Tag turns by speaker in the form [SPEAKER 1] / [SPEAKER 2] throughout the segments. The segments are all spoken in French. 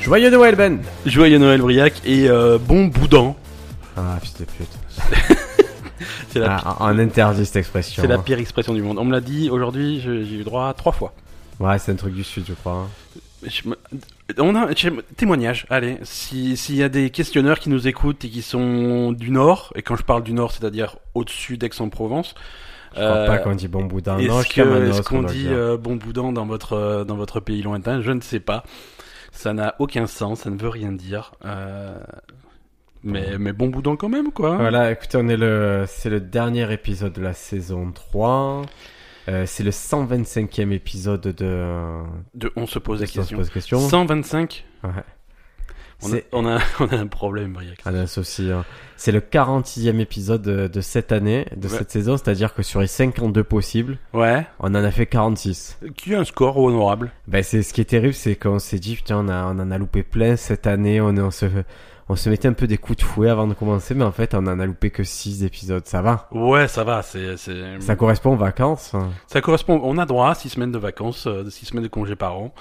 [SPEAKER 1] Joyeux Noël, Ben
[SPEAKER 2] Joyeux Noël Briac et euh, bon boudin.
[SPEAKER 1] Ah, fils de pute.
[SPEAKER 2] C'est la, pi-
[SPEAKER 1] Ah, on interdit cette expression.
[SPEAKER 2] c'est la
[SPEAKER 1] hein.
[SPEAKER 2] pire expression du monde. On me l'a dit aujourd'hui, je- j'ai eu droit à trois fois.
[SPEAKER 1] Ouais, c'est un truc du sud, je crois. hein.
[SPEAKER 2] Je me- On a j'ai- témoignage. Allez, si- s'il y a des questionneurs qui nous écoutent et qui sont du nord, et quand je parle du nord, c'est-à-dire au-dessus d'Aix-en-Provence,
[SPEAKER 1] Je crois pas qu'on dit bon boudin. Non,
[SPEAKER 2] Euh, Est-ce
[SPEAKER 1] je
[SPEAKER 2] que-
[SPEAKER 1] suis à Manos,
[SPEAKER 2] est-ce qu'on
[SPEAKER 1] doit le
[SPEAKER 2] dit
[SPEAKER 1] dire.
[SPEAKER 2] euh, bon boudin dans votre, euh, dans votre pays lointain Je ne sais pas. Ça n'a aucun sens, ça ne veut rien dire. Euh, Mais, mais bon boudin quand même, quoi.
[SPEAKER 1] Voilà, écoutez, on est le, c'est le dernier épisode de la saison 3. Euh, c'est le 125e épisode de.
[SPEAKER 2] De, on se pose
[SPEAKER 1] de
[SPEAKER 2] la
[SPEAKER 1] Sans se
[SPEAKER 2] question.
[SPEAKER 1] pose question.
[SPEAKER 2] 125
[SPEAKER 1] Ouais.
[SPEAKER 2] on a,
[SPEAKER 1] C'est-
[SPEAKER 2] on, a, on a un problème, Briac.
[SPEAKER 1] Ah, non, c'est aussi, hein. C'est le 46e épisode de, de cette année, de
[SPEAKER 2] Ouais.
[SPEAKER 1] cette saison, c'est-à-dire que sur les 52 possibles,
[SPEAKER 2] Ouais.
[SPEAKER 1] on en a fait 46.
[SPEAKER 2] Qui a un score honorable
[SPEAKER 1] Ben, c'est ce qui est terrible, c'est qu'on s'est dit putain, on, a- on en a loupé plein cette année, on, est- on se on se mettait un peu des coups de fouet avant de commencer, mais en fait, on en a loupé que 6 épisodes, ça va.
[SPEAKER 2] Ouais, ça va. C'est, c'est-
[SPEAKER 1] Ça correspond aux vacances. hein.
[SPEAKER 2] Ça correspond. On a droit à 6 semaines de vacances, 6 semaines de congés par an.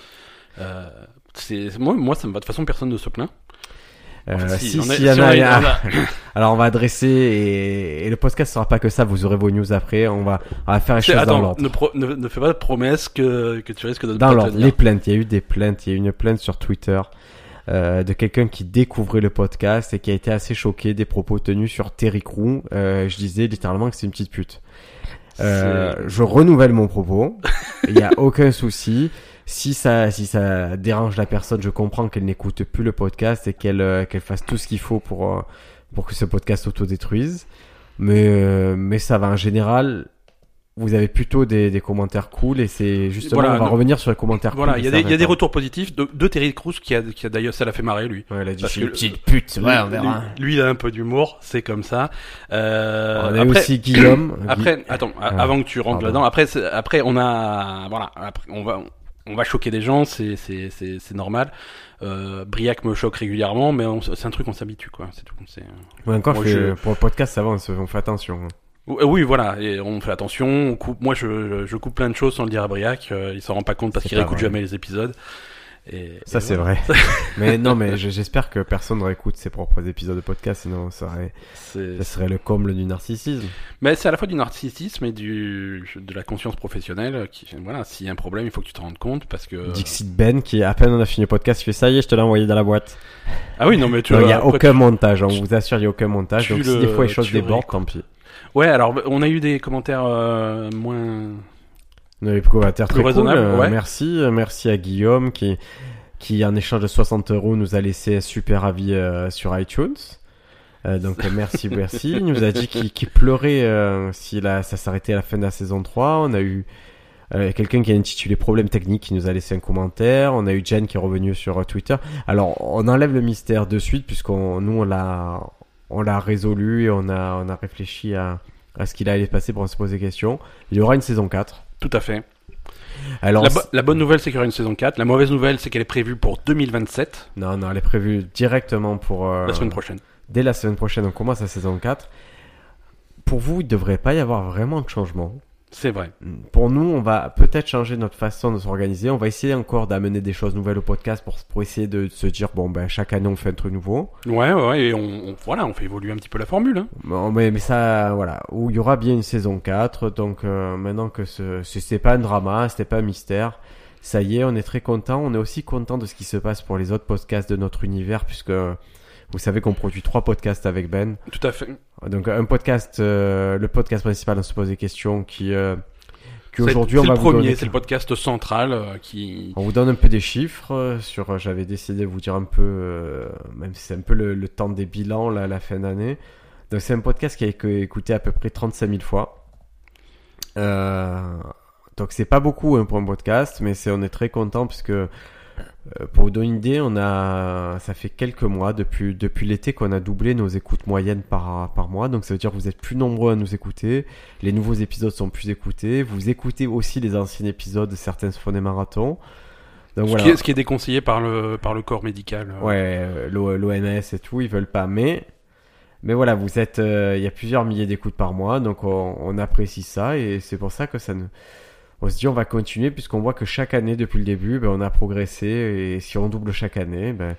[SPEAKER 2] Euh, c'est, moi, moi, ça me va. De toute façon, personne ne se plaint.
[SPEAKER 1] Euh,
[SPEAKER 2] Enfin,
[SPEAKER 1] si,
[SPEAKER 2] on est-
[SPEAKER 1] si, y en
[SPEAKER 2] Ah, si on
[SPEAKER 1] a-
[SPEAKER 2] est-
[SPEAKER 1] y en
[SPEAKER 2] on
[SPEAKER 1] a-
[SPEAKER 2] a-
[SPEAKER 1] Alors, on va adresser et, et le podcast sera pas que ça, vous aurez vos news après, on va, on va faire les
[SPEAKER 2] C'est-
[SPEAKER 1] choses dans
[SPEAKER 2] Attends,
[SPEAKER 1] l'ordre.
[SPEAKER 2] ne, pro- ne- ne fais pas de promesse que, que tu risques de ne
[SPEAKER 1] Dans
[SPEAKER 2] pas
[SPEAKER 1] l'ordre,
[SPEAKER 2] tenir.
[SPEAKER 1] les plaintes, il y a eu des plaintes, il y a eu une plainte sur Twitter euh, de quelqu'un qui découvrait le podcast et qui a été assez choqué des propos tenus sur Terry Crew. Euh, je disais littéralement que c'est une petite pute. Euh,
[SPEAKER 2] C'est-
[SPEAKER 1] je renouvelle mon propos, il n'y a aucun souci. Si ça, si ça dérange la personne, je comprends qu'elle n'écoute plus le podcast et qu'elle euh, qu'elle fasse tout ce qu'il faut pour, euh, pour que ce podcast autodétruise. Mais, euh, mais ça va en général. Vous avez plutôt des, des commentaires cool et c'est justement
[SPEAKER 2] Voilà,
[SPEAKER 1] on va
[SPEAKER 2] non.
[SPEAKER 1] revenir sur les commentaires
[SPEAKER 2] Voilà,
[SPEAKER 1] cool.
[SPEAKER 2] il y a
[SPEAKER 1] ça
[SPEAKER 2] des, il y a des
[SPEAKER 1] répond.
[SPEAKER 2] retours positifs de, de Terry Crews qui a, qui a d'ailleurs, ça l'a fait marrer lui.
[SPEAKER 1] Ouais, elle a dit
[SPEAKER 2] Parce
[SPEAKER 1] c'est
[SPEAKER 2] que
[SPEAKER 1] une
[SPEAKER 2] le-
[SPEAKER 1] petite pute. Ouais, on
[SPEAKER 2] Lui-
[SPEAKER 1] verra.
[SPEAKER 2] Lui, lui, il a un peu d'humour, c'est comme ça. Euh,
[SPEAKER 1] on a eu
[SPEAKER 2] après,
[SPEAKER 1] aussi Guillaume. Gui-
[SPEAKER 2] après, attends, a-
[SPEAKER 1] Ah,
[SPEAKER 2] avant que tu rentres
[SPEAKER 1] pardon.
[SPEAKER 2] là-dedans, après, c'est- après, on a, voilà, après, on va, on va choquer des gens, c'est, c'est, c'est, c'est normal. Euh, Briac me choque régulièrement, mais on s- c'est un truc on s'habitue, quoi. C'est tout. C'est...
[SPEAKER 1] Ouais, encore
[SPEAKER 2] Moi,
[SPEAKER 1] que
[SPEAKER 2] je-
[SPEAKER 1] pour le podcast ça va, on, se- on fait attention.
[SPEAKER 2] Ou- euh, Oui, voilà, et on fait attention, on coupe. Moi, je, je coupe plein de choses sans le dire à Briac. euh, il s'en rend pas compte parce
[SPEAKER 1] C'est
[SPEAKER 2] qu'il
[SPEAKER 1] pas
[SPEAKER 2] réécoute
[SPEAKER 1] vrai.
[SPEAKER 2] jamais les épisodes. Et,
[SPEAKER 1] Ça
[SPEAKER 2] et
[SPEAKER 1] c'est
[SPEAKER 2] voilà.
[SPEAKER 1] vrai. mais non, mais je- j'espère que personne ne réécoute ses propres épisodes de podcast, sinon ça serait,
[SPEAKER 2] C'est-
[SPEAKER 1] ça serait le comble du narcissisme.
[SPEAKER 2] Mais c'est à la fois du narcissisme et du de la conscience professionnelle. Qui, voilà, s'il y a un problème, il faut que tu te rendes compte parce que.
[SPEAKER 1] Dixit Ben qui à peine on a fini le podcast, il fait ça y est, je te l'ai envoyé dans la boîte.
[SPEAKER 2] Ah oui, non mais tu.
[SPEAKER 1] Non, Il n'y
[SPEAKER 2] vois,
[SPEAKER 1] a
[SPEAKER 2] après,
[SPEAKER 1] aucun montage, on
[SPEAKER 2] tu-
[SPEAKER 1] vous assure, il n'y a aucun montage.
[SPEAKER 2] tu
[SPEAKER 1] Donc si
[SPEAKER 2] le-
[SPEAKER 1] des fois les choses
[SPEAKER 2] tu le
[SPEAKER 1] débordent, tant pis.
[SPEAKER 2] tu- Ouais, alors on a eu des commentaires euh, moins.
[SPEAKER 1] Non, les commentaires
[SPEAKER 2] Plus
[SPEAKER 1] très cool.
[SPEAKER 2] raisonnable,
[SPEAKER 1] euh,
[SPEAKER 2] ouais.
[SPEAKER 1] Merci, euh, merci à Guillaume qui, qui en échange de 60 euros nous a laissé un super avis euh, sur iTunes. Euh, donc euh, merci, merci. Il nous a dit qu'il qu'il pleurait euh, si la- ça s'arrêtait à la fin de la saison 3. On a eu euh, quelqu'un qui a intitulé Problème technique qui nous a laissé un commentaire. On a eu Jen qui est revenue sur euh, Twitter. Alors on enlève le mystère de suite puisqu'on nous on l'a on l'a résolu et on a on a réfléchi à à ce qu'il allait se passer pour se poser des questions. Il y aura une saison 4.
[SPEAKER 2] Tout à fait.
[SPEAKER 1] Alors
[SPEAKER 2] La, bo- la bonne nouvelle, c'est qu'il y aura une saison 4. La mauvaise nouvelle, c'est qu'elle est prévue pour 2027,
[SPEAKER 1] Non, non, elle est prévue directement pour. euh,
[SPEAKER 2] la semaine prochaine.
[SPEAKER 1] Dès la semaine prochaine, on commence la saison 4. Pour vous, il ne devrait pas y avoir vraiment de changement.
[SPEAKER 2] C'est vrai.
[SPEAKER 1] Pour nous, on va peut-être changer notre façon de s'organiser. On va essayer encore d'amener des choses nouvelles au podcast pour, pour essayer de se dire bon, ben, chaque année, on fait un truc nouveau.
[SPEAKER 2] Ouais, ouais, ouais, et on, on- voilà, on fait évoluer un petit peu la formule. hein.
[SPEAKER 1] Bon, mais, mais ça, voilà. Où il y aura bien une saison 4. Donc, euh, maintenant que ce n'est pas un drama, c'était pas un mystère. Ça y est, on est très content. On est aussi content de ce qui se passe pour les autres podcasts de notre univers, puisque vous savez qu'on produit trois podcasts avec Ben.
[SPEAKER 2] Tout à fait.
[SPEAKER 1] Donc un podcast, euh, le podcast principal, on se pose des questions qui, euh, qui
[SPEAKER 2] C'est-
[SPEAKER 1] aujourd'hui
[SPEAKER 2] c'est
[SPEAKER 1] on va
[SPEAKER 2] le
[SPEAKER 1] vous
[SPEAKER 2] premier,
[SPEAKER 1] donner.
[SPEAKER 2] c'est le podcast central euh, qui.
[SPEAKER 1] On vous donne un peu des chiffres euh, sur. euh, J'avais décidé de vous dire un peu, euh, même si c'est un peu le, le temps des bilans là, la fin d'année. Donc c'est un podcast qui a été écouté à peu près 35 000 fois. Euh, donc c'est pas beaucoup hein, pour un podcast, mais c'est on est très content parce que euh, pour vous donner une idée, on a ça fait quelques mois depuis depuis l'été qu'on a doublé nos écoutes moyennes par par mois. Donc ça veut dire que vous êtes plus nombreux à nous écouter, les nouveaux épisodes sont plus écoutés, vous écoutez aussi les anciens épisodes, certains se font des marathons. Donc
[SPEAKER 2] Ce,
[SPEAKER 1] voilà.
[SPEAKER 2] qui est, ce qui est déconseillé par le, par le corps médical. euh.
[SPEAKER 1] Ouais, l'OMS et tout, ils veulent pas, mais. Mais voilà, vous êtes, euh, il y a plusieurs milliers d'écoutes par mois, donc on, on apprécie ça et c'est pour ça que ça nous, on se dit on va continuer puisqu'on voit que chaque année depuis le début, ben, on a progressé et si on double chaque année, ben,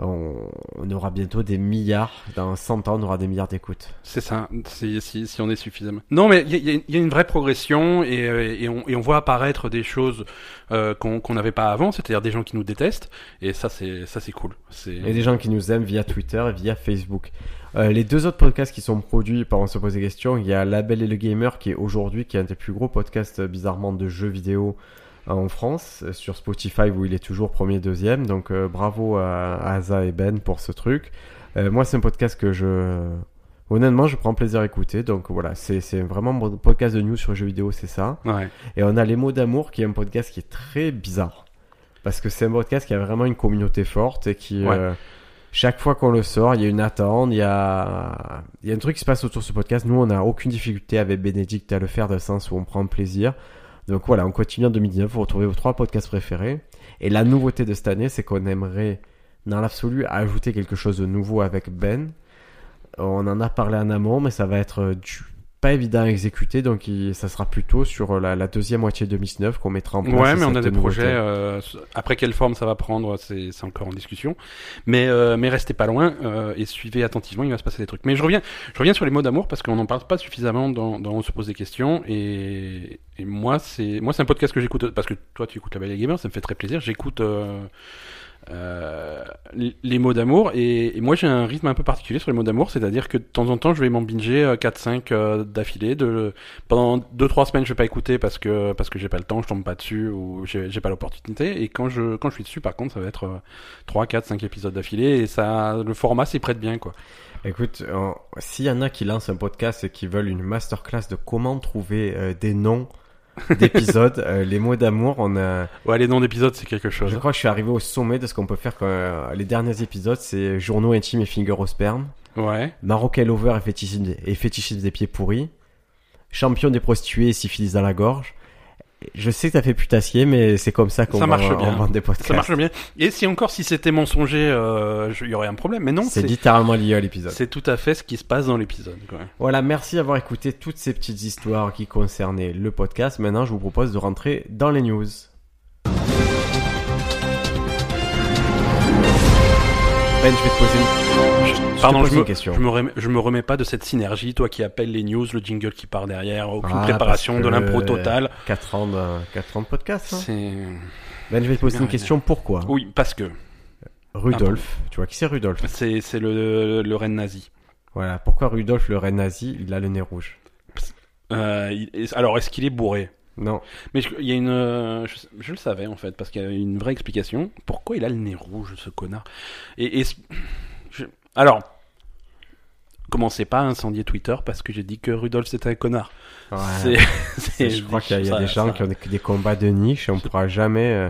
[SPEAKER 1] on, on aura bientôt des milliards. Dans 100 ans, on aura des milliards d'écoutes.
[SPEAKER 2] C'est ça, si, si, si on est suffisamment. Non, mais il y a, y a une vraie progression et, euh, et, on, et on voit apparaître des choses euh, qu'on qu'on n'avait pas avant, c'est-à-dire des gens qui nous détestent et ça c'est ça c'est cool. C'est
[SPEAKER 1] Et des gens qui nous aiment via Twitter et via Facebook. Euh, les deux autres podcasts qui sont produits par On se pose des questions, il y a La Belle et le Gamer qui est aujourd'hui qui est un des plus gros podcasts euh, bizarrement de jeux vidéo euh, en France euh, sur Spotify où il est toujours premier deuxième. Donc euh, bravo à, à Asa et Ben pour ce truc. Euh, moi c'est un podcast que je honnêtement je prends plaisir à écouter. Donc voilà c'est c'est vraiment mon podcast de news sur les jeux vidéo c'est ça.
[SPEAKER 2] ouais.
[SPEAKER 1] Et on a Les mots d'amour qui est un podcast qui est très bizarre. Parce que c'est un podcast qui a vraiment une communauté forte et qui,
[SPEAKER 2] Ouais.
[SPEAKER 1] euh, chaque fois qu'on le sort, il y a une attente, il y a, il y a un truc qui se passe autour de ce podcast. Nous, on n'a aucune difficulté avec Bénédicte à le faire dans le sens où on prend plaisir. Donc voilà, on continue en 2019, vous retrouvez vos trois podcasts préférés. Et la nouveauté de cette année, c'est qu'on aimerait, dans l'absolu, ajouter quelque chose de nouveau avec Ben. On en a parlé en amont, mais ça va être euh, du pas évident à exécuter, donc il- ça sera plutôt sur euh, la, la deuxième moitié de 2019 qu'on mettra en place.
[SPEAKER 2] Ouais, mais on
[SPEAKER 1] cette
[SPEAKER 2] a des
[SPEAKER 1] nouveauté.
[SPEAKER 2] projets. euh, après quelle forme ça va prendre, c'est c'est encore en discussion. Mais euh, mais restez pas loin euh, et suivez attentivement, il va se passer des trucs. Mais je reviens, je reviens sur les mots d'amour parce qu'on n'en parle pas suffisamment dans, dans on se pose des questions et, et moi c'est moi c'est un podcast que j'écoute parce que toi tu écoutes la Belle et le Gamer, ça me fait très plaisir. J'écoute euh, euh, les les mots d'amour et, et moi j'ai un rythme un peu particulier sur les mots d'amour, c'est-à-dire que de temps en temps je vais m'en binger euh, 4-5 euh, d'affilée de pendant deux trois semaines je vais pas écouter parce que parce que j'ai pas le temps je tombe pas dessus ou j'ai j'ai pas l'opportunité et quand je quand je suis dessus par contre ça va être euh, trois quatre cinq épisodes d'affilée et ça le format s'y prête bien quoi
[SPEAKER 1] Écoute, on- s'il y en a qui lancent un podcast et qui veulent une masterclass de comment trouver euh, des noms d'épisodes, euh, les mots d'amour, on a...
[SPEAKER 2] ouais les noms d'épisodes c'est quelque chose hein.
[SPEAKER 1] je crois que je suis arrivé au sommet de ce qu'on peut faire. Quand, euh, les derniers épisodes, c'est journaux intimes et finger au sperme,
[SPEAKER 2] ouais
[SPEAKER 1] Marocain lover et fétichisme, des- et fétichisme des pieds pourris, champion des prostituées et syphilis dans la gorge. Je sais que t'as fait putassier, mais c'est comme ça qu'on
[SPEAKER 2] Ça
[SPEAKER 1] vend,
[SPEAKER 2] marche bien.
[SPEAKER 1] on vend des podcasts.
[SPEAKER 2] ça marche bien et si encore si c'était mensonger euh, je- il y aurait un problème mais non
[SPEAKER 1] C'est
[SPEAKER 2] c'est
[SPEAKER 1] littéralement lié à l'épisode.
[SPEAKER 2] c'est tout à fait ce qui se passe dans l'épisode quoi
[SPEAKER 1] Voilà, merci d'avoir écouté toutes ces petites histoires qui concernaient le podcast. Maintenant, je vous propose de rentrer dans les news. Ben, je vais te poser une, je
[SPEAKER 2] Pardon,
[SPEAKER 1] te
[SPEAKER 2] je
[SPEAKER 1] pose
[SPEAKER 2] me,
[SPEAKER 1] une question.
[SPEAKER 2] je me remets, je me remets pas de cette synergie, toi qui appelles les news, le jingle qui part derrière, aucune
[SPEAKER 1] Ah,
[SPEAKER 2] préparation,
[SPEAKER 1] parce
[SPEAKER 2] de
[SPEAKER 1] que-
[SPEAKER 2] l'impro totale.
[SPEAKER 1] 4 ans de, 4 ans de podcast. hein.
[SPEAKER 2] C'est...
[SPEAKER 1] Ben, je vais te poser
[SPEAKER 2] bien,
[SPEAKER 1] une question. Pourquoi
[SPEAKER 2] Oui, parce que
[SPEAKER 1] Rudolf, tu vois qui c'est Rudolf
[SPEAKER 2] c'est, c'est le, le reine nazi.
[SPEAKER 1] Voilà, pourquoi Rudolf, le reine nazi, il a le nez rouge
[SPEAKER 2] Euh, il- est- alors, est-ce qu'il est bourré
[SPEAKER 1] Non,
[SPEAKER 2] Mais je- il y a une, euh, je, je le savais en fait, parce qu'il y a une vraie explication. Pourquoi il a le nez rouge, ce connard Et, et ce- je- alors, commencez pas à incendier Twitter parce que j'ai dit que Rudolf c'était un connard.
[SPEAKER 1] Voilà.
[SPEAKER 2] C'est- c'est-
[SPEAKER 1] je crois qu'il y a, il y a
[SPEAKER 2] ça-
[SPEAKER 1] des gens
[SPEAKER 2] ça-
[SPEAKER 1] qui ont des, des combats de niche et on pourra jamais, euh,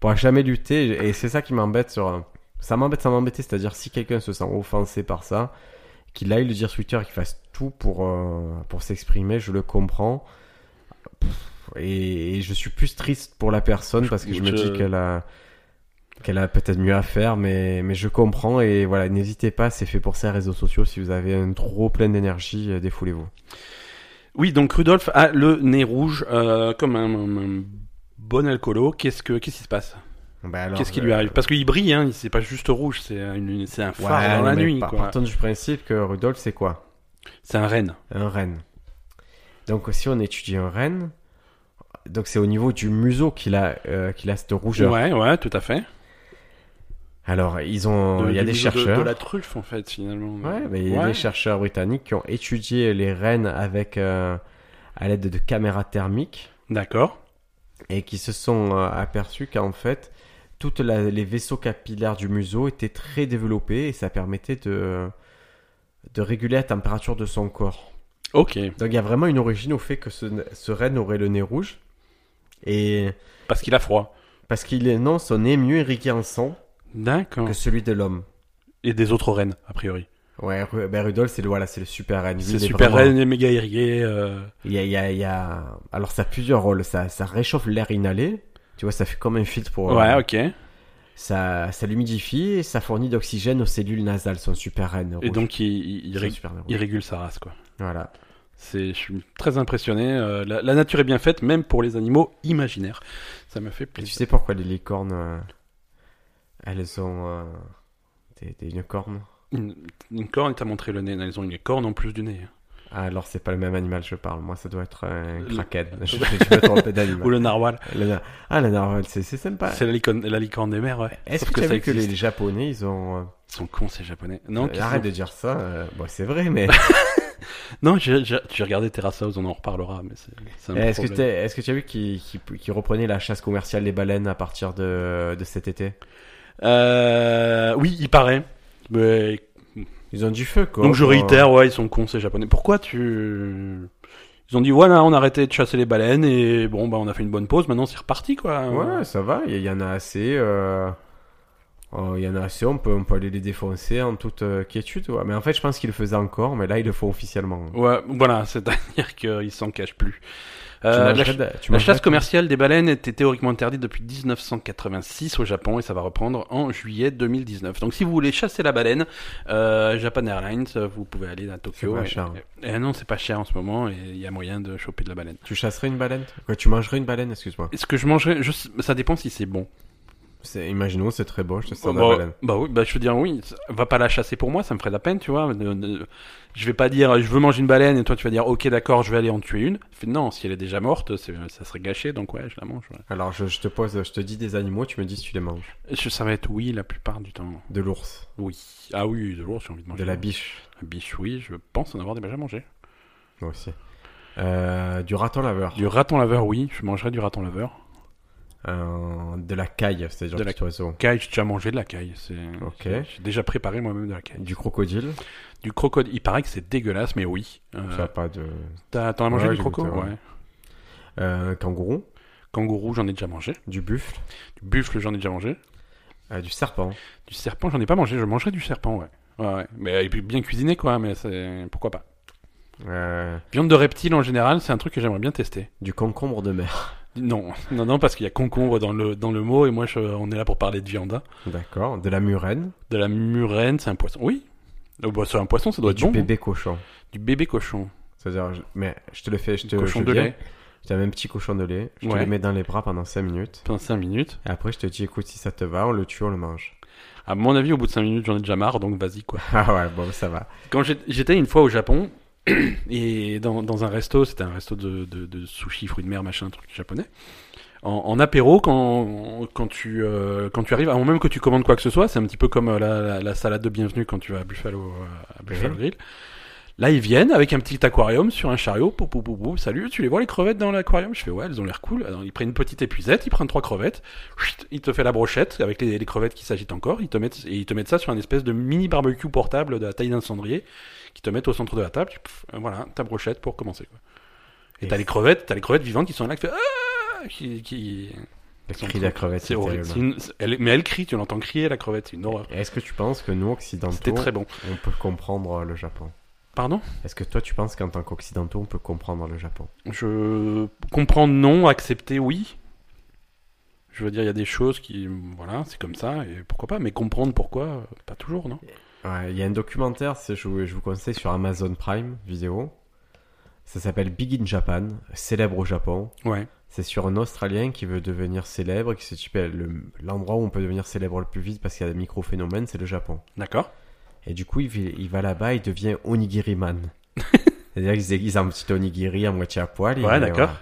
[SPEAKER 1] pourra jamais lutter. Et c'est ça qui m'embête sur. euh, Ça m'embête, ça m'embêter. C'est-à-dire si quelqu'un se sent offensé par ça, qu'il aille le dire sur Twitter, qu'il fasse tout pour euh, pour s'exprimer, je le comprends. Pff, Et, et je suis plus triste pour la personne parce que je, me
[SPEAKER 2] je-
[SPEAKER 1] dis qu'elle a qu'elle a peut-être mieux à faire, mais mais je comprends et voilà, n'hésitez pas, c'est fait pour ça, réseaux sociaux. Si vous avez un trop plein d'énergie, euh, défoulez-vous.
[SPEAKER 2] Oui, donc Rudolf a le nez rouge euh, comme un, un- un bon alcoolo. Qu'est-ce que qu'est-ce qui se passe
[SPEAKER 1] Bah alors,
[SPEAKER 2] Qu'est-ce qui
[SPEAKER 1] euh,
[SPEAKER 2] lui arrive Parce qu'il brille, hein. C'est pas juste rouge, c'est une- c'est un phare
[SPEAKER 1] Ouais,
[SPEAKER 2] dans la
[SPEAKER 1] mais
[SPEAKER 2] nuit.
[SPEAKER 1] par-
[SPEAKER 2] quoi.
[SPEAKER 1] Partons du principe que Rudolf, c'est quoi
[SPEAKER 2] C'est un renne.
[SPEAKER 1] Un renne. Donc, si on étudie un renne, donc c'est au niveau du museau qu'il a, euh, qu'il a cette rougeur.
[SPEAKER 2] Ouais, ouais, tout à fait.
[SPEAKER 1] Alors, ils ont,
[SPEAKER 2] De-
[SPEAKER 1] il y a
[SPEAKER 2] du
[SPEAKER 1] des
[SPEAKER 2] museau de-
[SPEAKER 1] chercheurs.
[SPEAKER 2] De, la truffe, en fait, finalement.
[SPEAKER 1] Ouais, mais il y a des chercheurs britanniques qui ont étudié les rennes avec, euh, à l'aide de caméras thermiques
[SPEAKER 2] D'accord.
[SPEAKER 1] et qui se sont euh, aperçus qu'en fait, toutes la- les vaisseaux capillaires du museau étaient très développés et ça permettait de, de réguler la température de son corps.
[SPEAKER 2] Ok.
[SPEAKER 1] Donc il y a vraiment une origine au fait que ce, ce renne aurait le nez rouge. Et
[SPEAKER 2] Parce qu'il a froid.
[SPEAKER 1] parce qu'il est non, son nez est mieux irrigué en sang
[SPEAKER 2] D'accord.
[SPEAKER 1] que celui de l'homme.
[SPEAKER 2] Et des autres rennes, a priori.
[SPEAKER 1] Ouais, Ru- ben Rudolf, c'est le, voilà, c'est le super renne. Lui,
[SPEAKER 2] C'est
[SPEAKER 1] il est
[SPEAKER 2] super
[SPEAKER 1] vraiment-
[SPEAKER 2] rennes, les méga irrigués. euh,
[SPEAKER 1] Il y a, il y a- il y a- Alors ça a plusieurs rôles. Ça, ça réchauffe l'air inhalé. Tu vois, ça fait comme un filtre pour.
[SPEAKER 2] Ouais, ok. Et
[SPEAKER 1] Ça, ça l'humidifie et ça fournit d'oxygène aux cellules nasales. Son super renne. rouge.
[SPEAKER 2] donc, il, il- il
[SPEAKER 1] Son
[SPEAKER 2] ré-
[SPEAKER 1] super renne rouge.
[SPEAKER 2] il régule sa race, quoi.
[SPEAKER 1] Voilà.
[SPEAKER 2] C'est, je suis très impressionné. euh, la, la nature est bien faite, même pour les animaux imaginaires. Ça me fait
[SPEAKER 1] Et tu
[SPEAKER 2] plaisir.
[SPEAKER 1] sais pourquoi les licornes, euh, elles ont euh, des, des unicornes
[SPEAKER 2] Une, une corne, t'as montré le nez. Elles ont une corne en plus du nez. hein.
[SPEAKER 1] Ah, alors c'est pas le même animal, je parle. Moi, ça doit être un
[SPEAKER 2] Le-
[SPEAKER 1] kraken. Je, je me trompe
[SPEAKER 2] Ou
[SPEAKER 1] d'animal.
[SPEAKER 2] le narwal.
[SPEAKER 1] Le nar- Ah, la narwhal, c'est c'est sympa.
[SPEAKER 2] C'est la licorne, la licorne des mers, ouais.
[SPEAKER 1] Est-ce
[SPEAKER 2] Sauf
[SPEAKER 1] que, tu as
[SPEAKER 2] ça
[SPEAKER 1] vu que les
[SPEAKER 2] existe.
[SPEAKER 1] Japonais, ils ont. euh,
[SPEAKER 2] Ils sont cons, ces japonais. Non,
[SPEAKER 1] euh,
[SPEAKER 2] qu'ils
[SPEAKER 1] arrête
[SPEAKER 2] sont-
[SPEAKER 1] de dire ça. euh, bon, c'est vrai, mais.
[SPEAKER 2] non j'ai, j'ai- j'ai regardé Terrace House, on en reparlera. Mais c'est, c'est un
[SPEAKER 1] Eh, Est-ce que,
[SPEAKER 2] problème.
[SPEAKER 1] t'es- est-ce que tu as vu qu'ils qu'ils- qu'ils reprenaient la chasse commerciale des baleines à partir de, de cet été
[SPEAKER 2] Euh, oui, il paraît. Mais-
[SPEAKER 1] Ils ont du feu, quoi.
[SPEAKER 2] Donc je
[SPEAKER 1] Enfin,
[SPEAKER 2] réitère, ouais, ils sont cons ces japonais. Pourquoi tu... Ils ont dit, voilà, on a arrêté de chasser les baleines et bon, bah on a fait une bonne pause, maintenant c'est reparti, quoi.
[SPEAKER 1] euh, Ouais, ça va, il y, y en a assez. euh, euh, Il y en a assez, on peut, on peut aller les défoncer en toute euh, quiétude. ouais. Mais en fait, je pense qu'ils le faisaient encore, mais là, ils le font officiellement.
[SPEAKER 2] Ouais, voilà, c'est-à-dire qu'ils s'en cachent plus. Euh,
[SPEAKER 1] tu
[SPEAKER 2] la
[SPEAKER 1] mangerais
[SPEAKER 2] ch-
[SPEAKER 1] de- tu
[SPEAKER 2] la
[SPEAKER 1] mangerais
[SPEAKER 2] chasse commerciale des baleines était théoriquement interdite depuis 1986 au Japon et ça va reprendre en juillet 2019. Donc si vous voulez chasser la baleine, euh, Japan Airlines, vous pouvez aller à Tokyo.
[SPEAKER 1] pas
[SPEAKER 2] et-
[SPEAKER 1] cher. hein.
[SPEAKER 2] et- et non, c'est pas cher en ce moment et il y a moyen de choper de la baleine.
[SPEAKER 1] Tu chasserais une baleine Quoi, tu mangerais une baleine, excuse-moi.
[SPEAKER 2] Est-ce que je mangerais je sais- Ça dépend si c'est bon.
[SPEAKER 1] C'est- Imaginons, c'est très beau, je te sers de
[SPEAKER 2] bah,
[SPEAKER 1] la baleine.
[SPEAKER 2] bah oui, bah je veux dire oui, ça- va pas la chasser pour moi, ça me ferait de la peine, tu vois. Ne- ne- je vais pas dire je veux manger une baleine et toi tu vas dire ok d'accord je vais aller en tuer une. Fais, non, si elle est déjà morte, c'est- ça serait gâché, donc ouais je la mange. ouais.
[SPEAKER 1] Alors, je, je te pose, je te dis des animaux, tu me dis si tu les manges.
[SPEAKER 2] Je- ça va être oui la plupart du temps.
[SPEAKER 1] De l'ours,
[SPEAKER 2] Oui. Ah oui, de l'ours j'ai envie de manger.
[SPEAKER 1] de la biche,
[SPEAKER 2] La biche, oui, je pense en avoir déjà mangé.
[SPEAKER 1] moi aussi. Euh, du raton laveur,
[SPEAKER 2] Du raton laveur, oui, je mangerais du raton laveur.
[SPEAKER 1] Euh, de la caille, c'est-à-dire
[SPEAKER 2] De
[SPEAKER 1] de
[SPEAKER 2] la-
[SPEAKER 1] petit oiseau.
[SPEAKER 2] Caille, j'ai déjà mangé de la caille. c'est-
[SPEAKER 1] Ok.
[SPEAKER 2] J'ai j'ai déjà préparé moi-même de la caille.
[SPEAKER 1] Du crocodile,
[SPEAKER 2] Du crocodile, il paraît que c'est dégueulasse, mais oui. Euh,
[SPEAKER 1] ça a pas de.
[SPEAKER 2] t'as- T'en as mangé
[SPEAKER 1] Ouais,
[SPEAKER 2] du
[SPEAKER 1] j'ai
[SPEAKER 2] croco
[SPEAKER 1] goûté, ouais.
[SPEAKER 2] Ouais.
[SPEAKER 1] Euh, kangourou,
[SPEAKER 2] Kangourou, j'en ai déjà mangé.
[SPEAKER 1] du buffle,
[SPEAKER 2] Du buffle, j'en ai déjà mangé.
[SPEAKER 1] euh, du serpent.
[SPEAKER 2] Du serpent, j'en ai pas mangé. Je mangerais du serpent, ouais. Ouais, ouais. Mais et puis bien cuisiné, quoi. Mais c'est pourquoi pas.
[SPEAKER 1] Euh,
[SPEAKER 2] Viande de reptile en général, c'est un truc que j'aimerais bien tester.
[SPEAKER 1] du concombre de mer.
[SPEAKER 2] Non, non, non, parce qu'il y a concombre dans le dans le mot et moi, je- on est là pour parler de viande. hein.
[SPEAKER 1] D'accord. De la murène.
[SPEAKER 2] De la murène, c'est un poisson. Oui. Oh, bah, c'est un poisson, ça doit être
[SPEAKER 1] Du
[SPEAKER 2] bon.
[SPEAKER 1] bébé cochon.
[SPEAKER 2] hein. Du bébé cochon.
[SPEAKER 1] C'est-à-dire, je- mais je te le fais, je te.
[SPEAKER 2] cochon
[SPEAKER 1] Euh, je
[SPEAKER 2] de
[SPEAKER 1] viens,
[SPEAKER 2] lait.
[SPEAKER 1] Je t'amène un petit cochon de lait. Je te
[SPEAKER 2] Ouais.
[SPEAKER 1] le mets dans les bras pendant 5 minutes.
[SPEAKER 2] Pendant 5 minutes.
[SPEAKER 1] Et après, je te dis, écoute, si ça te va, on le tue, on le mange.
[SPEAKER 2] À mon avis, au bout de 5 minutes, j'en ai déjà marre, donc vas-y, quoi.
[SPEAKER 1] Ah ouais, bon, ça va.
[SPEAKER 2] Quand j'ai- j'étais une fois au Japon, et dans, dans un resto, c'était un resto de, de, de sushi, fruits de mer, machin, truc japonais. En, en apéro, quand, quand, tu, euh, quand tu arrives, avant même que tu commandes quoi que ce soit, c'est un petit peu comme euh, la, la- la salade de bienvenue quand tu vas à Buffalo, euh, à Buffalo
[SPEAKER 1] Mhm.
[SPEAKER 2] Grill. Là, ils viennent avec un petit aquarium sur un chariot. Pou, pou, pou, pou. Salut, tu les vois les crevettes dans l'aquarium Je fais ouais, elles ont l'air cool. Alors, ils prennent une petite épuisette, ils prennent trois crevettes. Chut, Ils te fait la brochette avec les, les crevettes qui s'agitent encore. Ils te mettent et ils te mettent ça sur un espèce de mini barbecue portable de la taille d'un cendrier, qui te mettent au centre de la table. Tu- pff, euh, voilà, ta brochette pour commencer. Quoi. Et
[SPEAKER 1] Et
[SPEAKER 2] t'as
[SPEAKER 1] c'est-
[SPEAKER 2] les crevettes, t'as les crevettes vivantes qui sont là qui fait ah qui, qui...
[SPEAKER 1] Le
[SPEAKER 2] Son
[SPEAKER 1] cri de
[SPEAKER 2] truc,
[SPEAKER 1] la crevette,
[SPEAKER 2] C'est
[SPEAKER 1] c'est
[SPEAKER 2] horrible.
[SPEAKER 1] terrible.
[SPEAKER 2] C'est une- elle- mais elle crie, tu l'entends crier la crevette, c'est une horreur.
[SPEAKER 1] Est-ce que tu penses que nous,
[SPEAKER 2] C'était
[SPEAKER 1] occidentaux,
[SPEAKER 2] très bon.
[SPEAKER 1] on peut comprendre le Japon
[SPEAKER 2] Pardon
[SPEAKER 1] Est-ce que toi, tu penses qu'en tant qu'occidentaux, on peut comprendre le Japon
[SPEAKER 2] Je comprends non, accepter oui. Je veux dire, il y a des choses qui, voilà, c'est comme ça, et pourquoi pas, mais comprendre pourquoi, euh, pas toujours, non
[SPEAKER 1] Ouais, il y a un documentaire, c'est- je vous, je vous conseille, sur Amazon Prime Vidéo. Ça s'appelle Big in Japan, célèbre au Japon.
[SPEAKER 2] Ouais.
[SPEAKER 1] C'est sur un Australien qui veut devenir célèbre, et qui s'occupe le- l'endroit où on peut devenir célèbre le plus vite parce qu'il y a des micro-phénomènes, c'est le Japon.
[SPEAKER 2] D'accord.
[SPEAKER 1] Et du coup, il, vi- il va là-bas, il devient onigiriman. C'est-à-dire qu'il se déguise en petit onigiri à moitié à poil. et-
[SPEAKER 2] Ouais, d'accord.
[SPEAKER 1] voilà.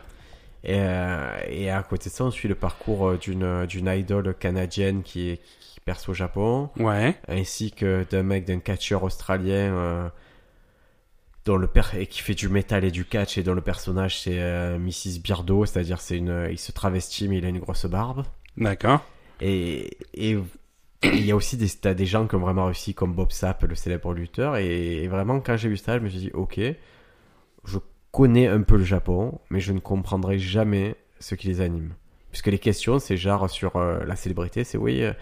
[SPEAKER 1] Et, euh, et à côté de ça, on suit le parcours euh, d'une d'une idole canadienne qui, est- qui perce au Japon,
[SPEAKER 2] Ouais.
[SPEAKER 1] ainsi que d'un mec, d'un catcheur australien euh, dont le per- et qui fait du métal et du catch et dont le personnage c'est euh, Mrs. Beardo, c'est-à-dire c'est une, il se travestit mais il a une grosse barbe.
[SPEAKER 2] D'accord.
[SPEAKER 1] Et et- et il y a aussi des, t'as des gens qui ont vraiment réussi, comme Bob Sapp, le célèbre lutteur. Et, et vraiment, quand j'ai vu ça, je me suis dit, ok, je connais un peu le Japon, mais je ne comprendrai jamais ce qui les anime. Puisque les questions, c'est genre sur euh, la célébrité, c'est oui, euh,